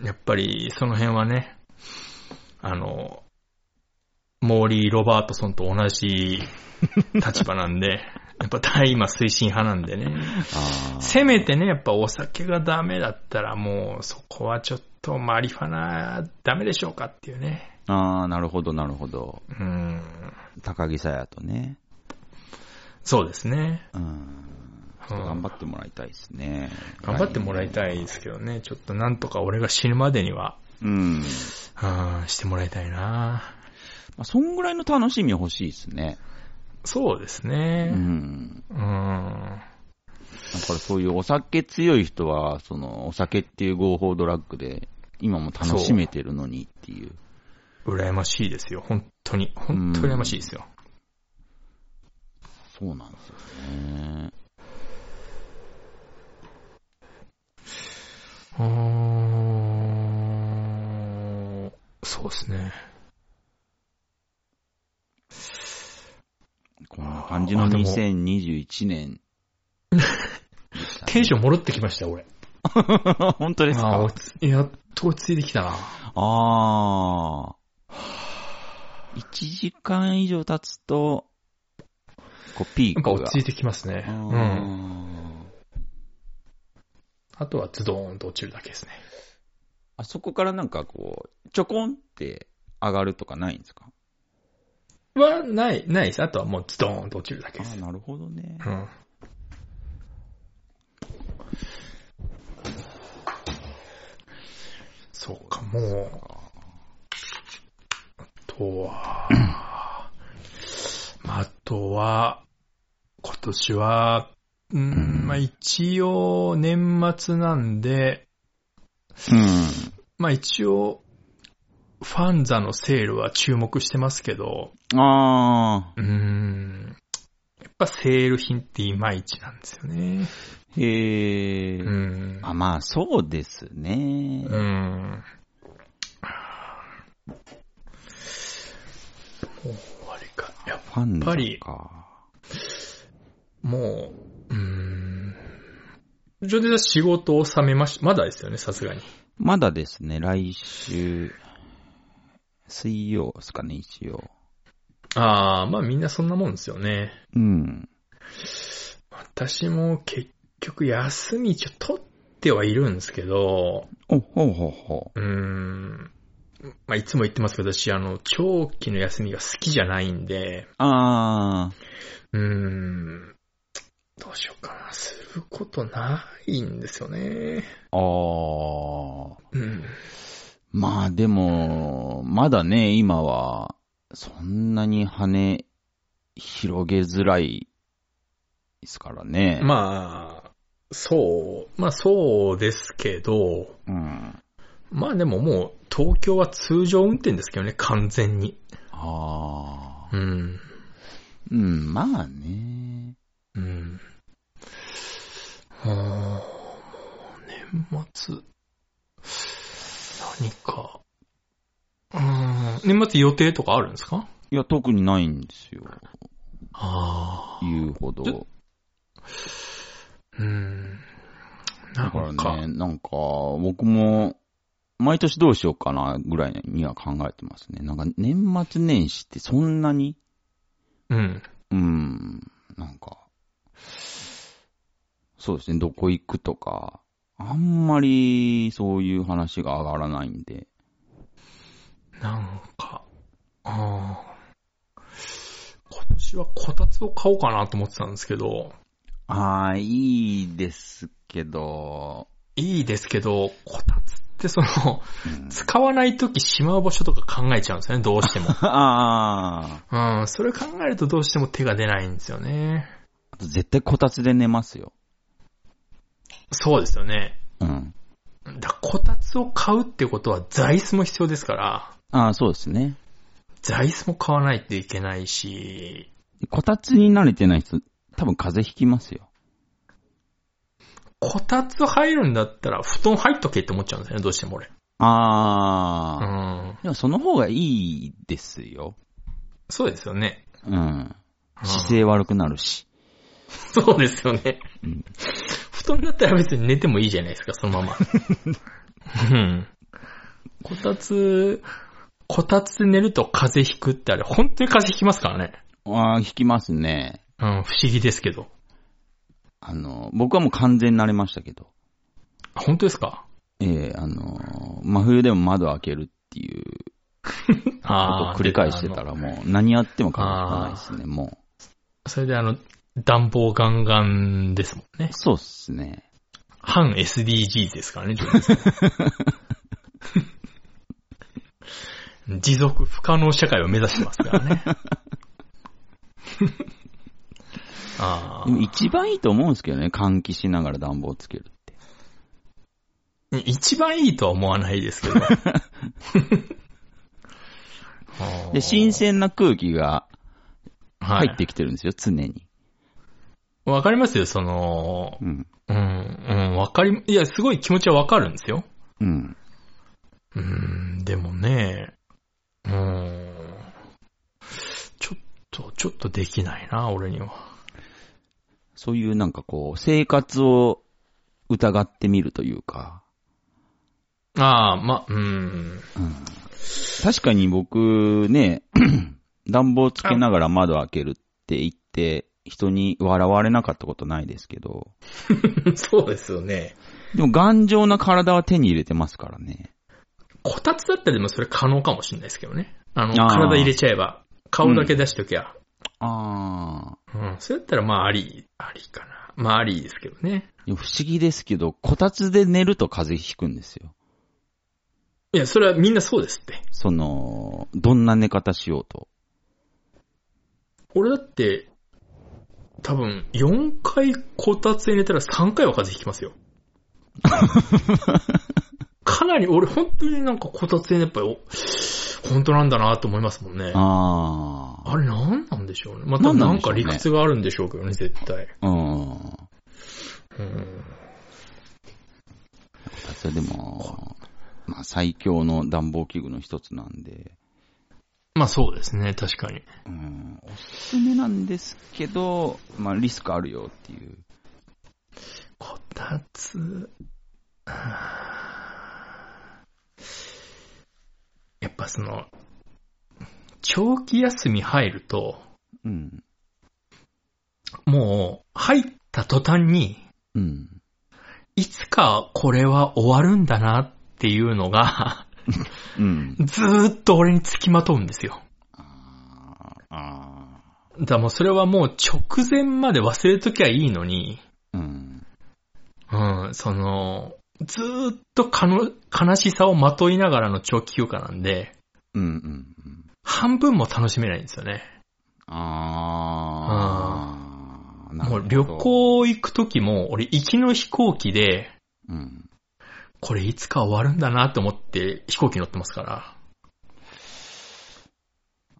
やっぱり、その辺はね、あの、モーリー・ロバートソンと同じ立場なんで、やっぱ大麻推進派なんでね。あーせめてね、やっぱお酒がダメだったらもうそこはちょっとマリファナダメでしょうかっていうね。あー、なるほど、なるほど。うん。高木さやとね。そうですね。うん。ちょっと頑張ってもらいたいですね。頑張ってもらいたいですけどね。ちょっとなんとか俺が死ぬまでには、ううん。ん、してもらいたいな。まあ、そんぐらいの楽しみ欲しいですね。そうですうね。ん。うん。だからそういうお酒強い人は、その、お酒っていう合法ドラッグで、今も楽しめてるのにっていう。羨ましいですよ。本当に。本当に羨ましいですよ。そうなんですよね。うーん。そうですね。こんな感じのあでも2021年。 テンション戻ってきました、俺。本当ですあーか落ちやっと落ち着いてきたな。ああ。1時間以上経つと、こう、ピやーっぱク落が。ち着いてきますね。ううん。ん。あとはズドーンと落ちるだけですね。あそこからなんかこう、ちょこんって上がるとかないんですかは、ない、ないです。あとはもうズドーンと落ちるだけあですー。なるほどね。うん。そうか、もう。あとは、まあ、あとは、今年は、うーん、まあ、一応、年末なんで、うん。まあ、一応、ファンザのセールは注目してますけど、あうーん、やっぱセール品っていまいちなんですよね。ー、へえ、うん。あ、まあ、そうですね。うん。もう終わりか。いや、ファンやっぱりとか。もう、うーん。ジョデは仕事を収めました。まだですよね、さすがに。まだですね、来週、水曜ですかね、一応。ああ、まあみんなそんなもんですよね。うん。私も結局休みちょっと取ってはいるんですけど、お、ほうほうほうーん。まあいつも言ってますけど、私、あの、長期の休みが好きじゃないんで、う。あうーん。どうしようかな。することないんですよね。ー、あー。うん。まあでも、まだね、今は、そんなに羽広げづらいですからね。あ、まあ、そう、まあそうですけど、うん。まあでももう東京は通常運転ですけどね、完全に。ああ。うん。うん、まあね。うん。あーもう年末、何か。うん。年末予定とかあるんですかいや、特にないんですよ。ああ。言うほど。うん。なだからんか、ね、なんか、僕も、毎年どうしようかな、ぐらいには考えてますね。なんか、年末年始ってそんなに、うん。うん、なんか、そうですね、どこ行くとか、あんまり、そういう話が上がらないんで。なんか、ああ。今年はこたつを買おうかなと思ってたんですけど、ああ、いいですけど、いいですけど、こたつってその、 うん使わないときしまう場所とか考えちゃうんですよね、どうして も。 ああ、うん、それ考えるとどうしても手が出ないんですよね。あと絶対こたつで寝ますよ。そうですよね。うん。だこたつを買うってことは座椅子も必要ですから、ああ、そうですね。座椅子も買わないといけないし、こたつに慣れてない人、多分風邪ひきますよ。こたつ入るんだったら布団入っとけって思っちゃうんですよね、どうしても俺。うああ、ん。でもその方がいいですよ。そうですよね。うん。うん姿勢悪くなるし。 そうですよね。うん布団だったら別に寝てもいいじゃないですか、そのまま。うん。こたつ、こたつで寝ると風邪ひくってあれ、本当に風邪ひきますからね。ああ、引きますね。うん、不思議ですけど。あの、僕はもう完全に慣れましたけど。あ本当ですかええあの、真冬でも窓開けるっていうことをあー繰り返してたであらもう何やっても変わらないですね、ものそれであの、暖房ガンガンですもんねう。。そうっすね。反 SDGs ですからね、ジョージさ ん持続不可能社会を目指してますからね。あでも一番いいと思うんですけどね、換気しながら暖房つける。あ。一番いいとは思わないですけど。 で、新鮮な空気が入入ってきてるんですよ、常に。わかりますよ、その、うん。うん、うん、わかり、いや、すごい気持ちはわかるんですよ。うん。うん、でもね、うん、ちょっと、ちょっとできないな、俺には。そういうなんかこう、生活を疑ってみるというか、ああ、ま、 うん。確かに僕ね、 暖房つけながら窓開けるって言って、人に笑われなかったことないですけど、そうですよね。でも頑丈な体は手に入れてますからね。こたつだったらでもそれ可能かもしれないですけどね。あの、あー体入れちゃえば、顔だけ出しときゃ。ああ。うん、それだったらまああり、ありかな。まあありですけどね。でも不思議ですけど、こたつで寝ると風邪ひくんですよ。いや、それはみんなそうですって。その、どんな寝方しようと。俺だって、多分、4回こたつに寝たら3回は風邪ひき ますよ。かなり、俺本当になんかこたつにやっぱり、お本当なんだなと思いますもんね。ああ。あれなんなんでしょうね。またなんかなんなんでしょうね理屈があるんでしょうけどね、絶対。うん。こうん。たつはでも、まあ最強の暖房器具の一つなんで、まあそうですね、確かに。うん、おすすめなんですけど、まあリスクあるよっていう。こたつ、やっぱその、長期休み入ると、うん。もう、入った途端に、うん。いつかこれは終わるんだなっていうのが、 うん。ずーっと俺につきまとうんですよ。あーあだからもうそれはもう直前まで忘れときゃいいのに、ー。うん。うん、その、ずーっとかの悲しさをまといながらの長期休暇なんで、うんうんうん。半分も楽しめないんですよね。ああ。なるもほどう旅。行行く時も、俺行きの飛行機で、うん。これいつか終わるんだなと思って飛行機乗ってますから。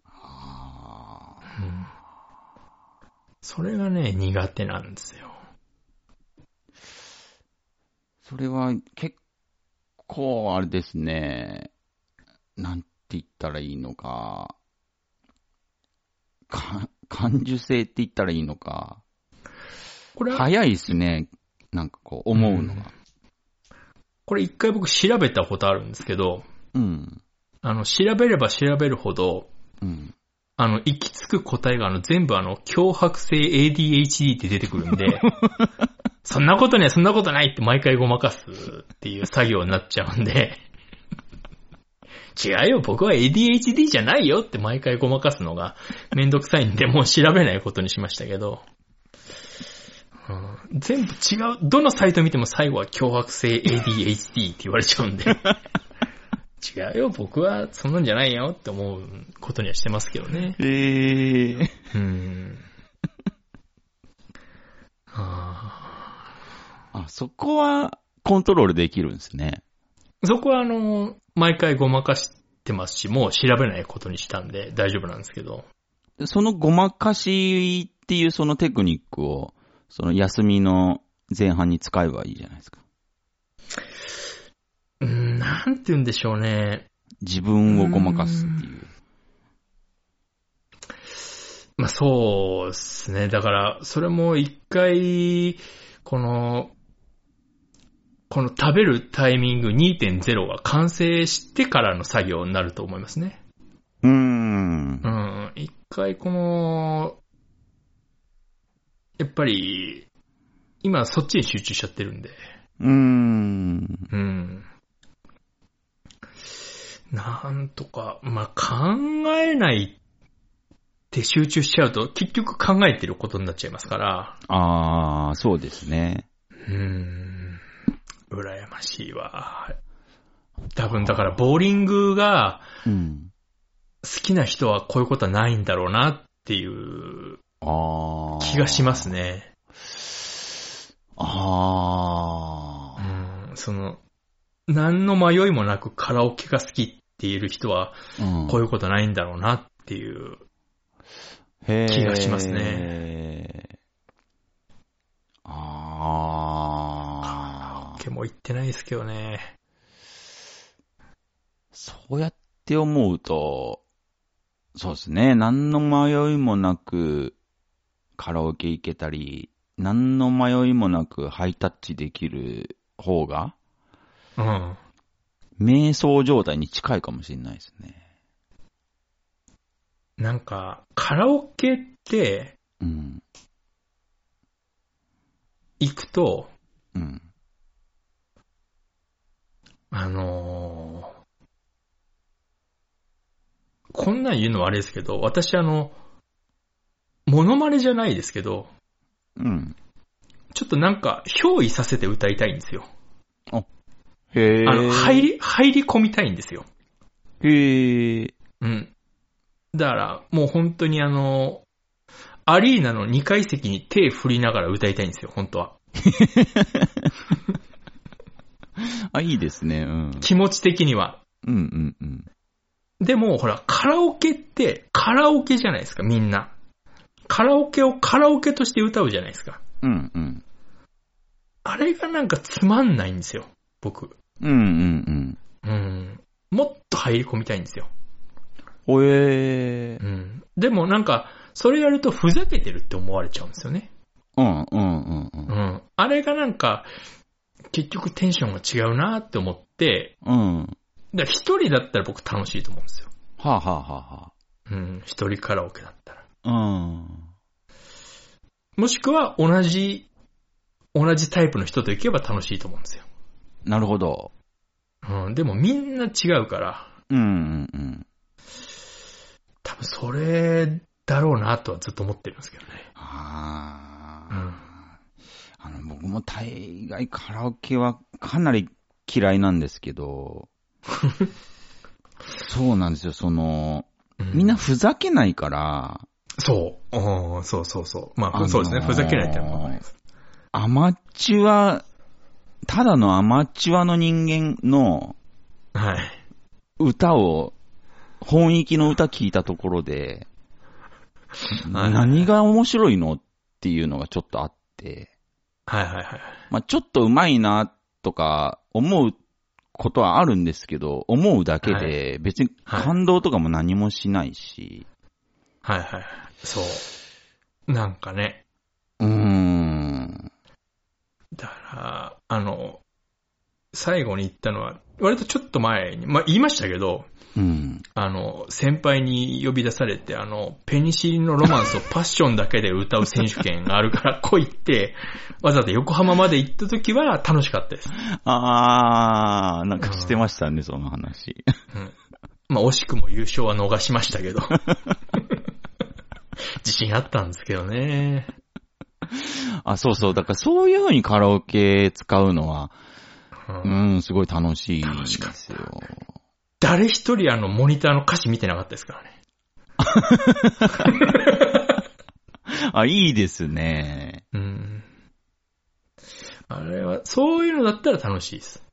ああ。うんそれがね、苦手なんですよ。それは結構あれですね。なんて言ったらいいのか。か、感受性って言ったらいいのか。これ、早いですね。なんかこう、思うのが。これ一回僕調べたことあるんですけど、うん。あの、調べれば調べるほど、うん。あの、行き着く答えがあの、全部あの、脅迫性 ADHD って出てくるんで、そんなことね、そんなことないって毎回ごまかすっていう作業になっちゃうんで、違うよ、僕は ADHD じゃないよって毎回ごまかすのがめんどくさいんで、もう調べないことにしましたけど、うん全部違う、どのサイト見ても最後は脅迫性 ADHD って言われちゃうんで、違うよ、僕はそんなんじゃないよって思うことにはしてますけどね。ええうん。ああ、そこはコントロールできるんですね。ーそこはあの、毎回ごまかしてますし、もう調べないことにしたんで大丈夫なんですけど。そのごまかしっていうそのテクニックを、その休みの前半に使えばいいじゃないですか。うん、なんて言うんでしょうね。自分をごまかすっていう。まあそうですね。だから、それも一回、この、この食べるタイミング2.0が完成してからの作業になると思いますね。うーんう。ん、一回この、やっぱり、今そっちに集中しちゃってるんで。うーん。うん。なんとか、まあ、考えないって集中しちゃうと、結局考えてることになっちゃいますから。ああ、そうですね。うん。羨ましいわ。多分だから、ボーリングがうん。好きな人はこういうことはないんだろうなっていうああ。気がしますね。あうあ。ん。その、何の迷いもなくカラオケが好きって言える人は、うんこういうことないんだろうなっていう。気がしますね。ああ。ケも行ってないですけどね。そうやって思うと、そうですね。何の迷いもなくカラオケ行けたり、何の迷いもなくハイタッチできる方が、うん。瞑想状態に近いかもしれないですね。なんか、カラオケってうん。行くと、うん。あのーこんなん言うのはあれですけど、私あの、モノマネじゃないですけど、うん。ちょっとなんか、憑依させて歌いたいんですよ。へえ。あの、入り、入り込みたいんですよ。へえ。うん。だから、もう本当にあの、アリーナの2階席に手振りながら歌いたいんですよ、本当は。あ、いいですね。うん。気持ち的には。うんうんうん。でも、ほら、カラオケって、カラオケじゃないですか、みんな。カラオケをカラオケとして歌うじゃないですか。うんうん。あれがなんかつまんないんですよ、僕。うんうんうん。もっと入り込みたいんですよ。うん。おえーう。ん。でもなんか、それやるとふざけてるって思われちゃうんですよね。うんうんうんうんう。ん。あれがなんか、結局テンションが違うなって思って、うん。はだから一人だったら僕楽しいと思うんですよ。あ、はあはあはうん。一人カラオケだったら。あ、もしくは同じ、同じタイプの人と行けば楽しいと思うんですよ。うん。なるほど。うん。でもみんな違うから、うんうんうん。多分それだろうなとはずっと思ってるんですけどね。あうあ。ん。あの、僕も大概カラオケはかなり嫌いなんです けど。そうなんですよ、その、うんみんなふざけないから、そう。うん、そうそうそう。まあ、あのーそうですね。ふざけないってのはないです。アマチュア、ただのアマチュアの人間のはい。歌を、本域の歌聞いたところで、はい何が面白いのっていうのがちょっとあって、はいはいはい。まあ、ちょっと上手いなとか思うことはあるんですけど、思うだけで別に感動とかも何もしないし、はいはい。そう。なんかね。うーん。だから、あの、最後に言ったのは、割とちょっと前に、まあ言いましたけど、うん。あの、先輩に呼び出されて、あの、ペニシリンのロマンスをパッションだけで歌う選手権があるから来いって、 わざわざ横浜まで行った時は楽しかったです。あー、なんかしてましたね、その話。うんまあ、惜しくも優勝は逃しましたけど。 自信あったんですけどね。あ、そうそう。だからそういう風にカラオケ使うのは、うんうん、すごい楽しいん楽ですしよ。誰一人あの、モニターの歌詞見てなかったですからね。あ、いいですね。うん。あれは、そういうのだったら楽しいです。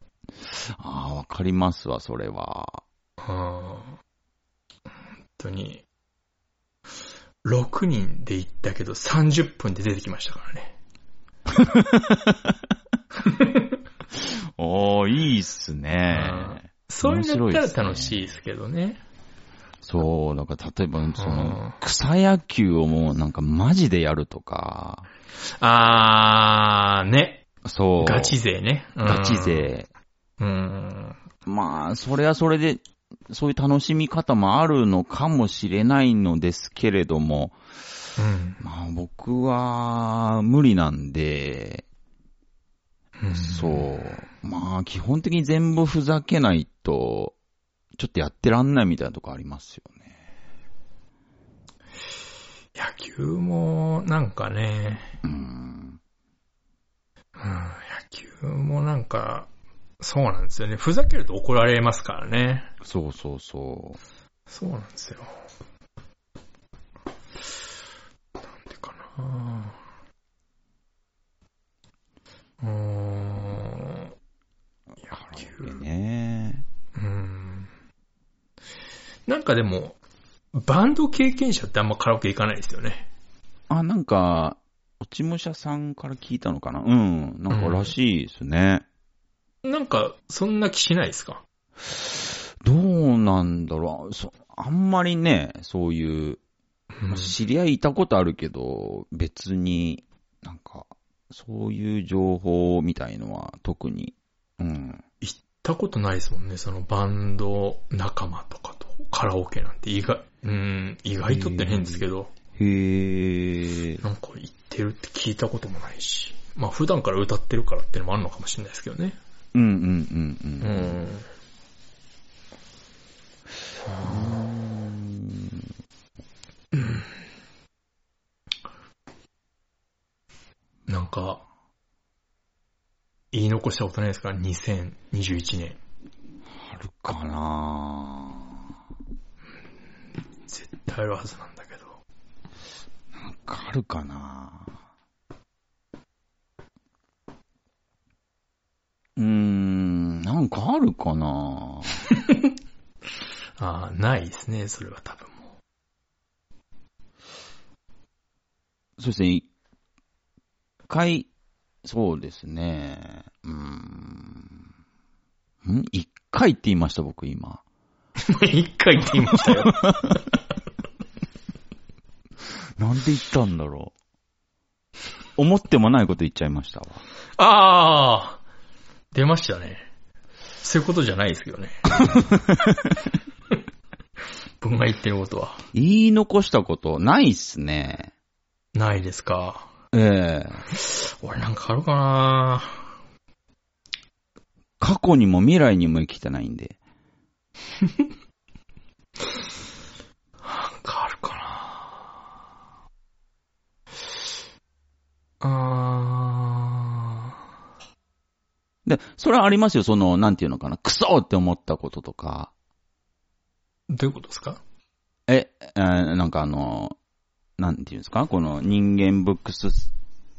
あー、わかりますわ、それは。うん本当に、6人で行ったけど30分で出てきましたからね。おー、いいっすね。そういうのだったら楽しいですけどね。そう、なんか例えば、そうんの、草野球をもうなんかマジでやるとか、あー、ね。そう。ガチ勢ね。うんガチ。勢。うん。まあ、それはそれで、そういう楽しみ方もあるのかもしれないのですけれども、うん。まあ僕は無理なんで、うんそう。まあ基本的に全部ふざけないと、ちょっとやってらんないみたいなとこありますよね。野球も、なんかね、うん。うん、野球もなんか、そうなんですよね。ふざけると怒られますからね。そうそうそう。そうなんですよ。なんでかなうーん。野球。でね。うん。なんかでも、バンド経験者ってあんまカラオケ行かないですよね。あ、なんか、落ち武者さんから聞いたのかなうん。なんからしいですね。なんか、そんな気しないですかどうなんだろう。そあんまりね、そういう、うんまあ知り合いいたことあるけど、別になんか、そういう情報みたいのは特に、うん。行ったことないですもんね。そのバンド仲間とかとカラオケなんて意外、うん、意外とって変ですけど、へえ。なんか行ってるって聞いたこともないし。まあ普段から歌ってるからってのもあるのかもしれないですけどね。うんうんうんううん。ん。なんか、言い残したことないですか ?2021 年。あるかな絶対あるはずなんだけど。なんかあるかなうーん、なんかあるかなああ、ないですね、それは多分もそうですね、一回、そうですね、うーん、ん一回って言いました、僕今。う。一回って言いましたよ。なんで言ったんだろう。思ってもないこと言っちゃいましたわ。 ああ出ましたね。そういうことじゃないですけど ね。僕が言ってることは。言い残したことないっすね。ないですか。ええ俺なんかあるかな過去にも未来にも生きてないんで。なんかあるかなあで、それはありますよ、その、なんていうのかな、クソって思ったこととか、ーどういうことですかえ、えーなんかあの、なんていうんですか、この人間ブックス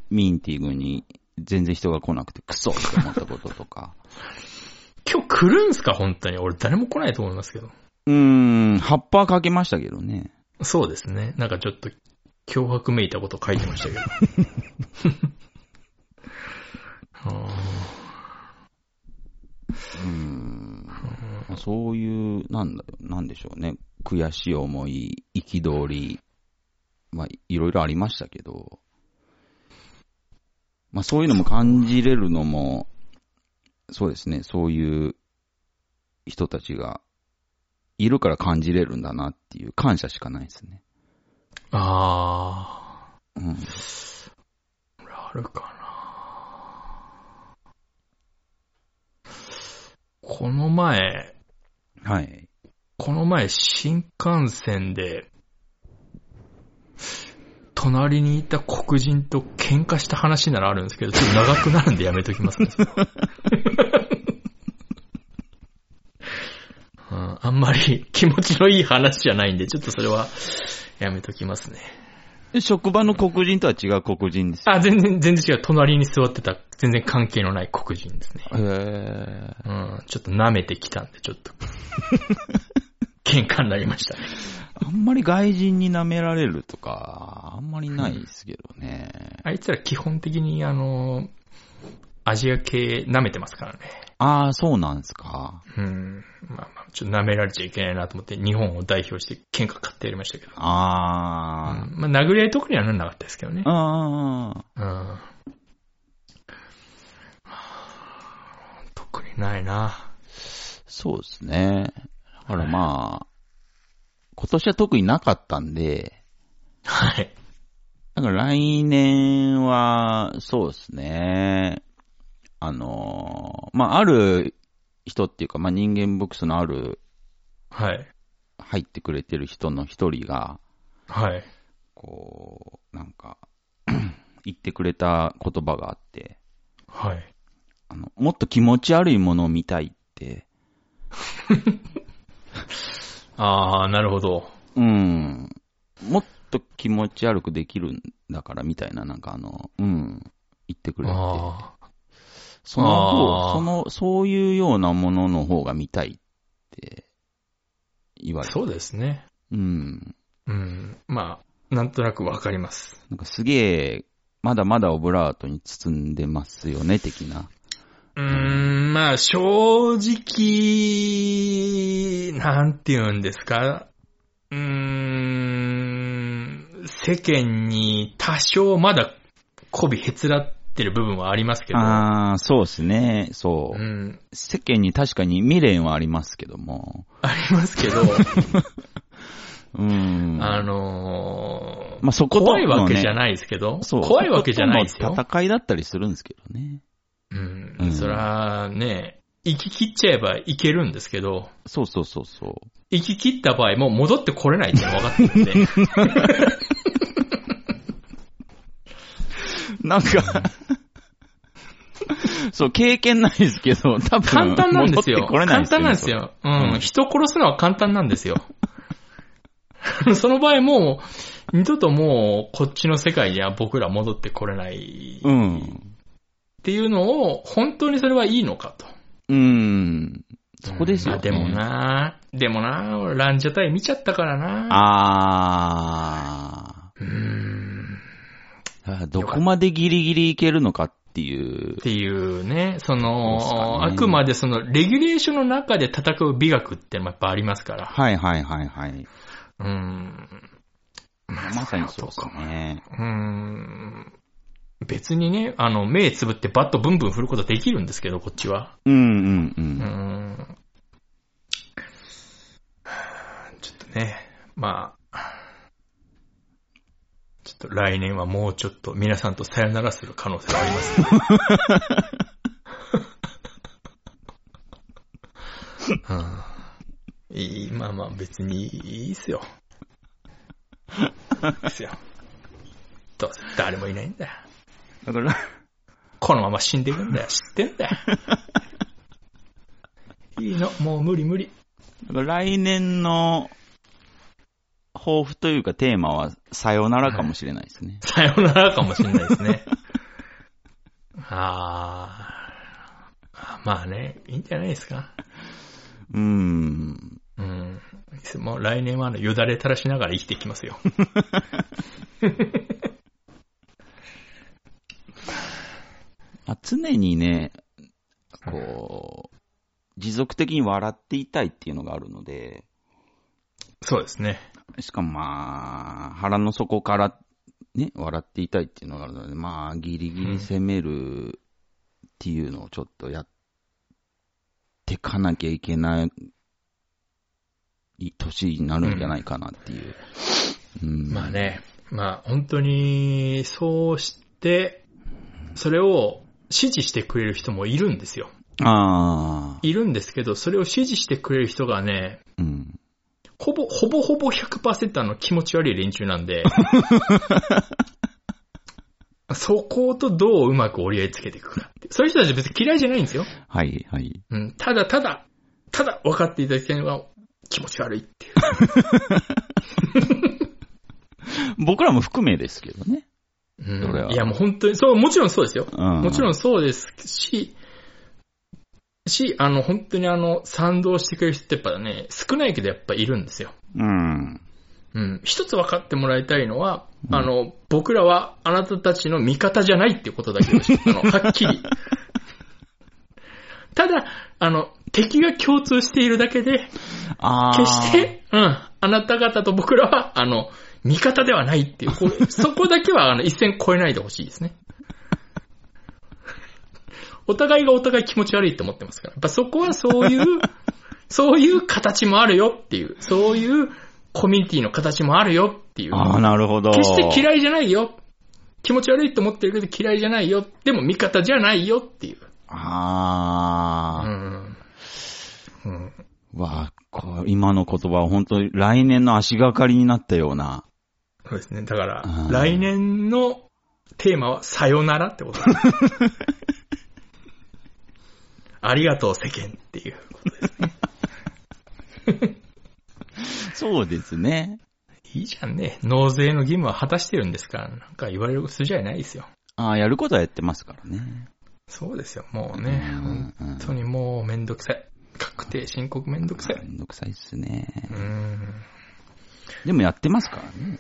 ミンティングに全然人が来なくてクソって思ったこととか、今日来るんすか本当に。俺誰も来ないと思いますけど。 うーん、葉っぱかけましたけどね。そうですね。なんかちょっと脅迫めいたこと書いてましたけど。 あうーん、まあそういう、なんだ、なんでしょうね、悔しい思い、憤り、まあ、いろいろありましたけど、まあ、そういうのも感じれるのも、そうですね、そういう人たちがいるから感じれるんだなっていう感謝しかないですね。ーあうん、ー。俺あるかな。この前、はい。この前新幹線で、隣にいた黒人と喧嘩した話ならあるんですけど、ちょっと長くなるんでやめときます ね。うん、あんまり気持ちのいい話じゃないんで、ちょっとそれはやめときますね。職場の黒人とは違う黒人ですよ。あ、全然、全然違う。隣に座ってた、全然関係のない黒人ですね。へーうん、ちょっと舐めてきたんで、ちょっ と。喧嘩になりましたね。あんまり外人に舐められるとか、あんまりないですけどね。あいつら基本的にあの、アジア系舐めてますからね。ああ、そうなんですか。うん。まあまあ、ちょっと舐められちゃいけないなと思って、日本を代表して喧嘩買ってやりましたけど。うあん、まあ、殴り合いとかにはならなかったですけどねあ、。ああ、うん。特にないな。そうですね。だからまあ、今年は特になかったんで、はい。なんか来年は、そうですね。あのーまあ、ある人っていうか、まあ、人間ボックスのある、はい。入ってくれてる人の一人が、はい。こう、なんか、 言ってくれた言葉があって、はい。あの、もっと気持ち悪いものを見たいって、ああ、なるほど。うん。もっと気持ち悪くできるんだからみたいな、なんかあの、うん。言ってくれて。あそのあ方、ーその、そういうようなものの方が見たいって言わあ、れそうですね。うん。うん。まあ、なんとなくわかります。なんかすげえ、まだまだオブラートに包んでますよね、的な。うーん、まあ、正直、なんて言うんですか。うーん、世間に多少まだ媚びへつらってる部分はありますけど。ああ、そうですね、そうう。ん、世間に確かに未練はありますけども。あります けど、うん。あのーまあ、そことの怖ね、いわけじゃないですけど、そう。怖いわけじゃないですそこよとの。戦いだったりするんですけどね。うん、うんそら、ね、行き切っちゃえばいけるんですけど、そうそうそうそう。行き切った場合もう戻ってこれないっていうのが分かってるんで、なんか、そう、経験ないですけど、多分簡単なんです戻よ。ってこれない簡単なんです。よ。うん、うん人殺すのは簡単なんですよ。 その場合もう、二度ともう、こっちの世界には僕ら戻ってこれないそれっうん。ていうのを、本当にそれはいいのかと。うん。そこですよ、ね。うんまあでも。なでもな俺ランジャタイ見ちゃったからなあうーん。ー。どこまでギリギリいけるのかっていうっ。ていうね、そそうっの、すかねあくまでその、レギュレーションの中で戦う美学ってのもやっぱありますから。はいはいはいはい。うーん。ままさにそうですね。うーん。別にね、あの、目つぶってバットブンブン振ることできるんですけど、こっちは。うんうんううーん。ん。ちょっとね、まあ、ちょっと来年はもうちょっと皆さんとさよならする可能性がありますね。うんいい、まあまあ別にいいっすよ。いいっすよ。どうせ誰もいないんだよ。だから、このまま死んでいくんだよ。知って んだよ。いいの、もう無理無理。だから来年の抱負というかテーマはさよならかもしれないですね。さよならかもしれないですね。ああ。まあね、いいんじゃないですか。うん。うん。もう来年はあの、よだれ垂らしながら生きていきますよ。まあ、常にね、こう、持続的に笑っていたいっていうのがあるので、そうですね。しかもまあ、腹の底からね、笑っていたいっていうのがあるので、まあ、ギリギリ攻めるっていうのをちょっとやってかなきゃいけない年になるんじゃないかなっていう。うんまあ。ね、まあ本当に、そうして、それを支持してくれる人もいるんですよ。ああ。いるんですけど、それを支持してくれる人がね、うん。ほぼ、ほぼほぼ100%あの気持ち悪い連中なん で、そことどううまく折り合いつけていくかって。そういう人たち別に嫌いじゃないんですよ。はい、はい。うん、ただただ、ただ分かっていただきたいのが気持ち悪いっていう。僕らも含めですけどね。うんそれはいやもう本当に、そう、もちろんそうですよ。うん。もちろん。んそうですし、し、あの、本当にあの、賛同してくれる人ってやっぱね、少ないけどやっぱいるんですよ。うん。うん。一つ分かってもらいたいのは、うんあの、僕らはあなたたちの味方じゃないっていうことだけです。あ の、はっきり。ただ、あの、敵が共通しているだけで、ああ。決して、うん、あなた方と僕らは、あの、味方ではないっていう、これ そこだけは、あの、一線越えないでほしいですね。お互いがお互い気持ち悪いって思ってますから。やっぱそこはそう いう、そういう形もあるよっていう、そういうコミュニティの形もあるよっていう。ああ、なるほど。決して嫌いじゃないよ。気持ち悪いと思ってるけど嫌いじゃないよ。でも味方じゃないよっていう。うあん。うん。ー。わこ今の言葉は本当に来年の足がかりになったような。そうですね。だからう、ん来年のテーマはさよならって こと。ありがとう世間っていうことです。そうですね。いいじゃんね。納税の義務は果たしてるんですから、なんか言われる筋合いないですよ。ああ、やることはやってますからね。そうですよ、もうね。本うんうん当にもうめんどくさい。確定申告めんどくさい。めんどくさいっすね。うん。でもやってますからね。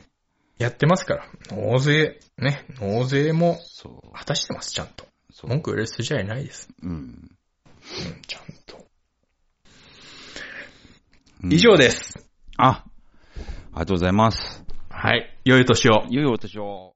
やってますから。納税、ね。納税もそう。果たしてます、ちゃんと。そう。文句言われる筋合いないです。うん。うん、ちゃんと。うん以上です。あ、ありがとうございます。はい。良いお年を。良いお年を。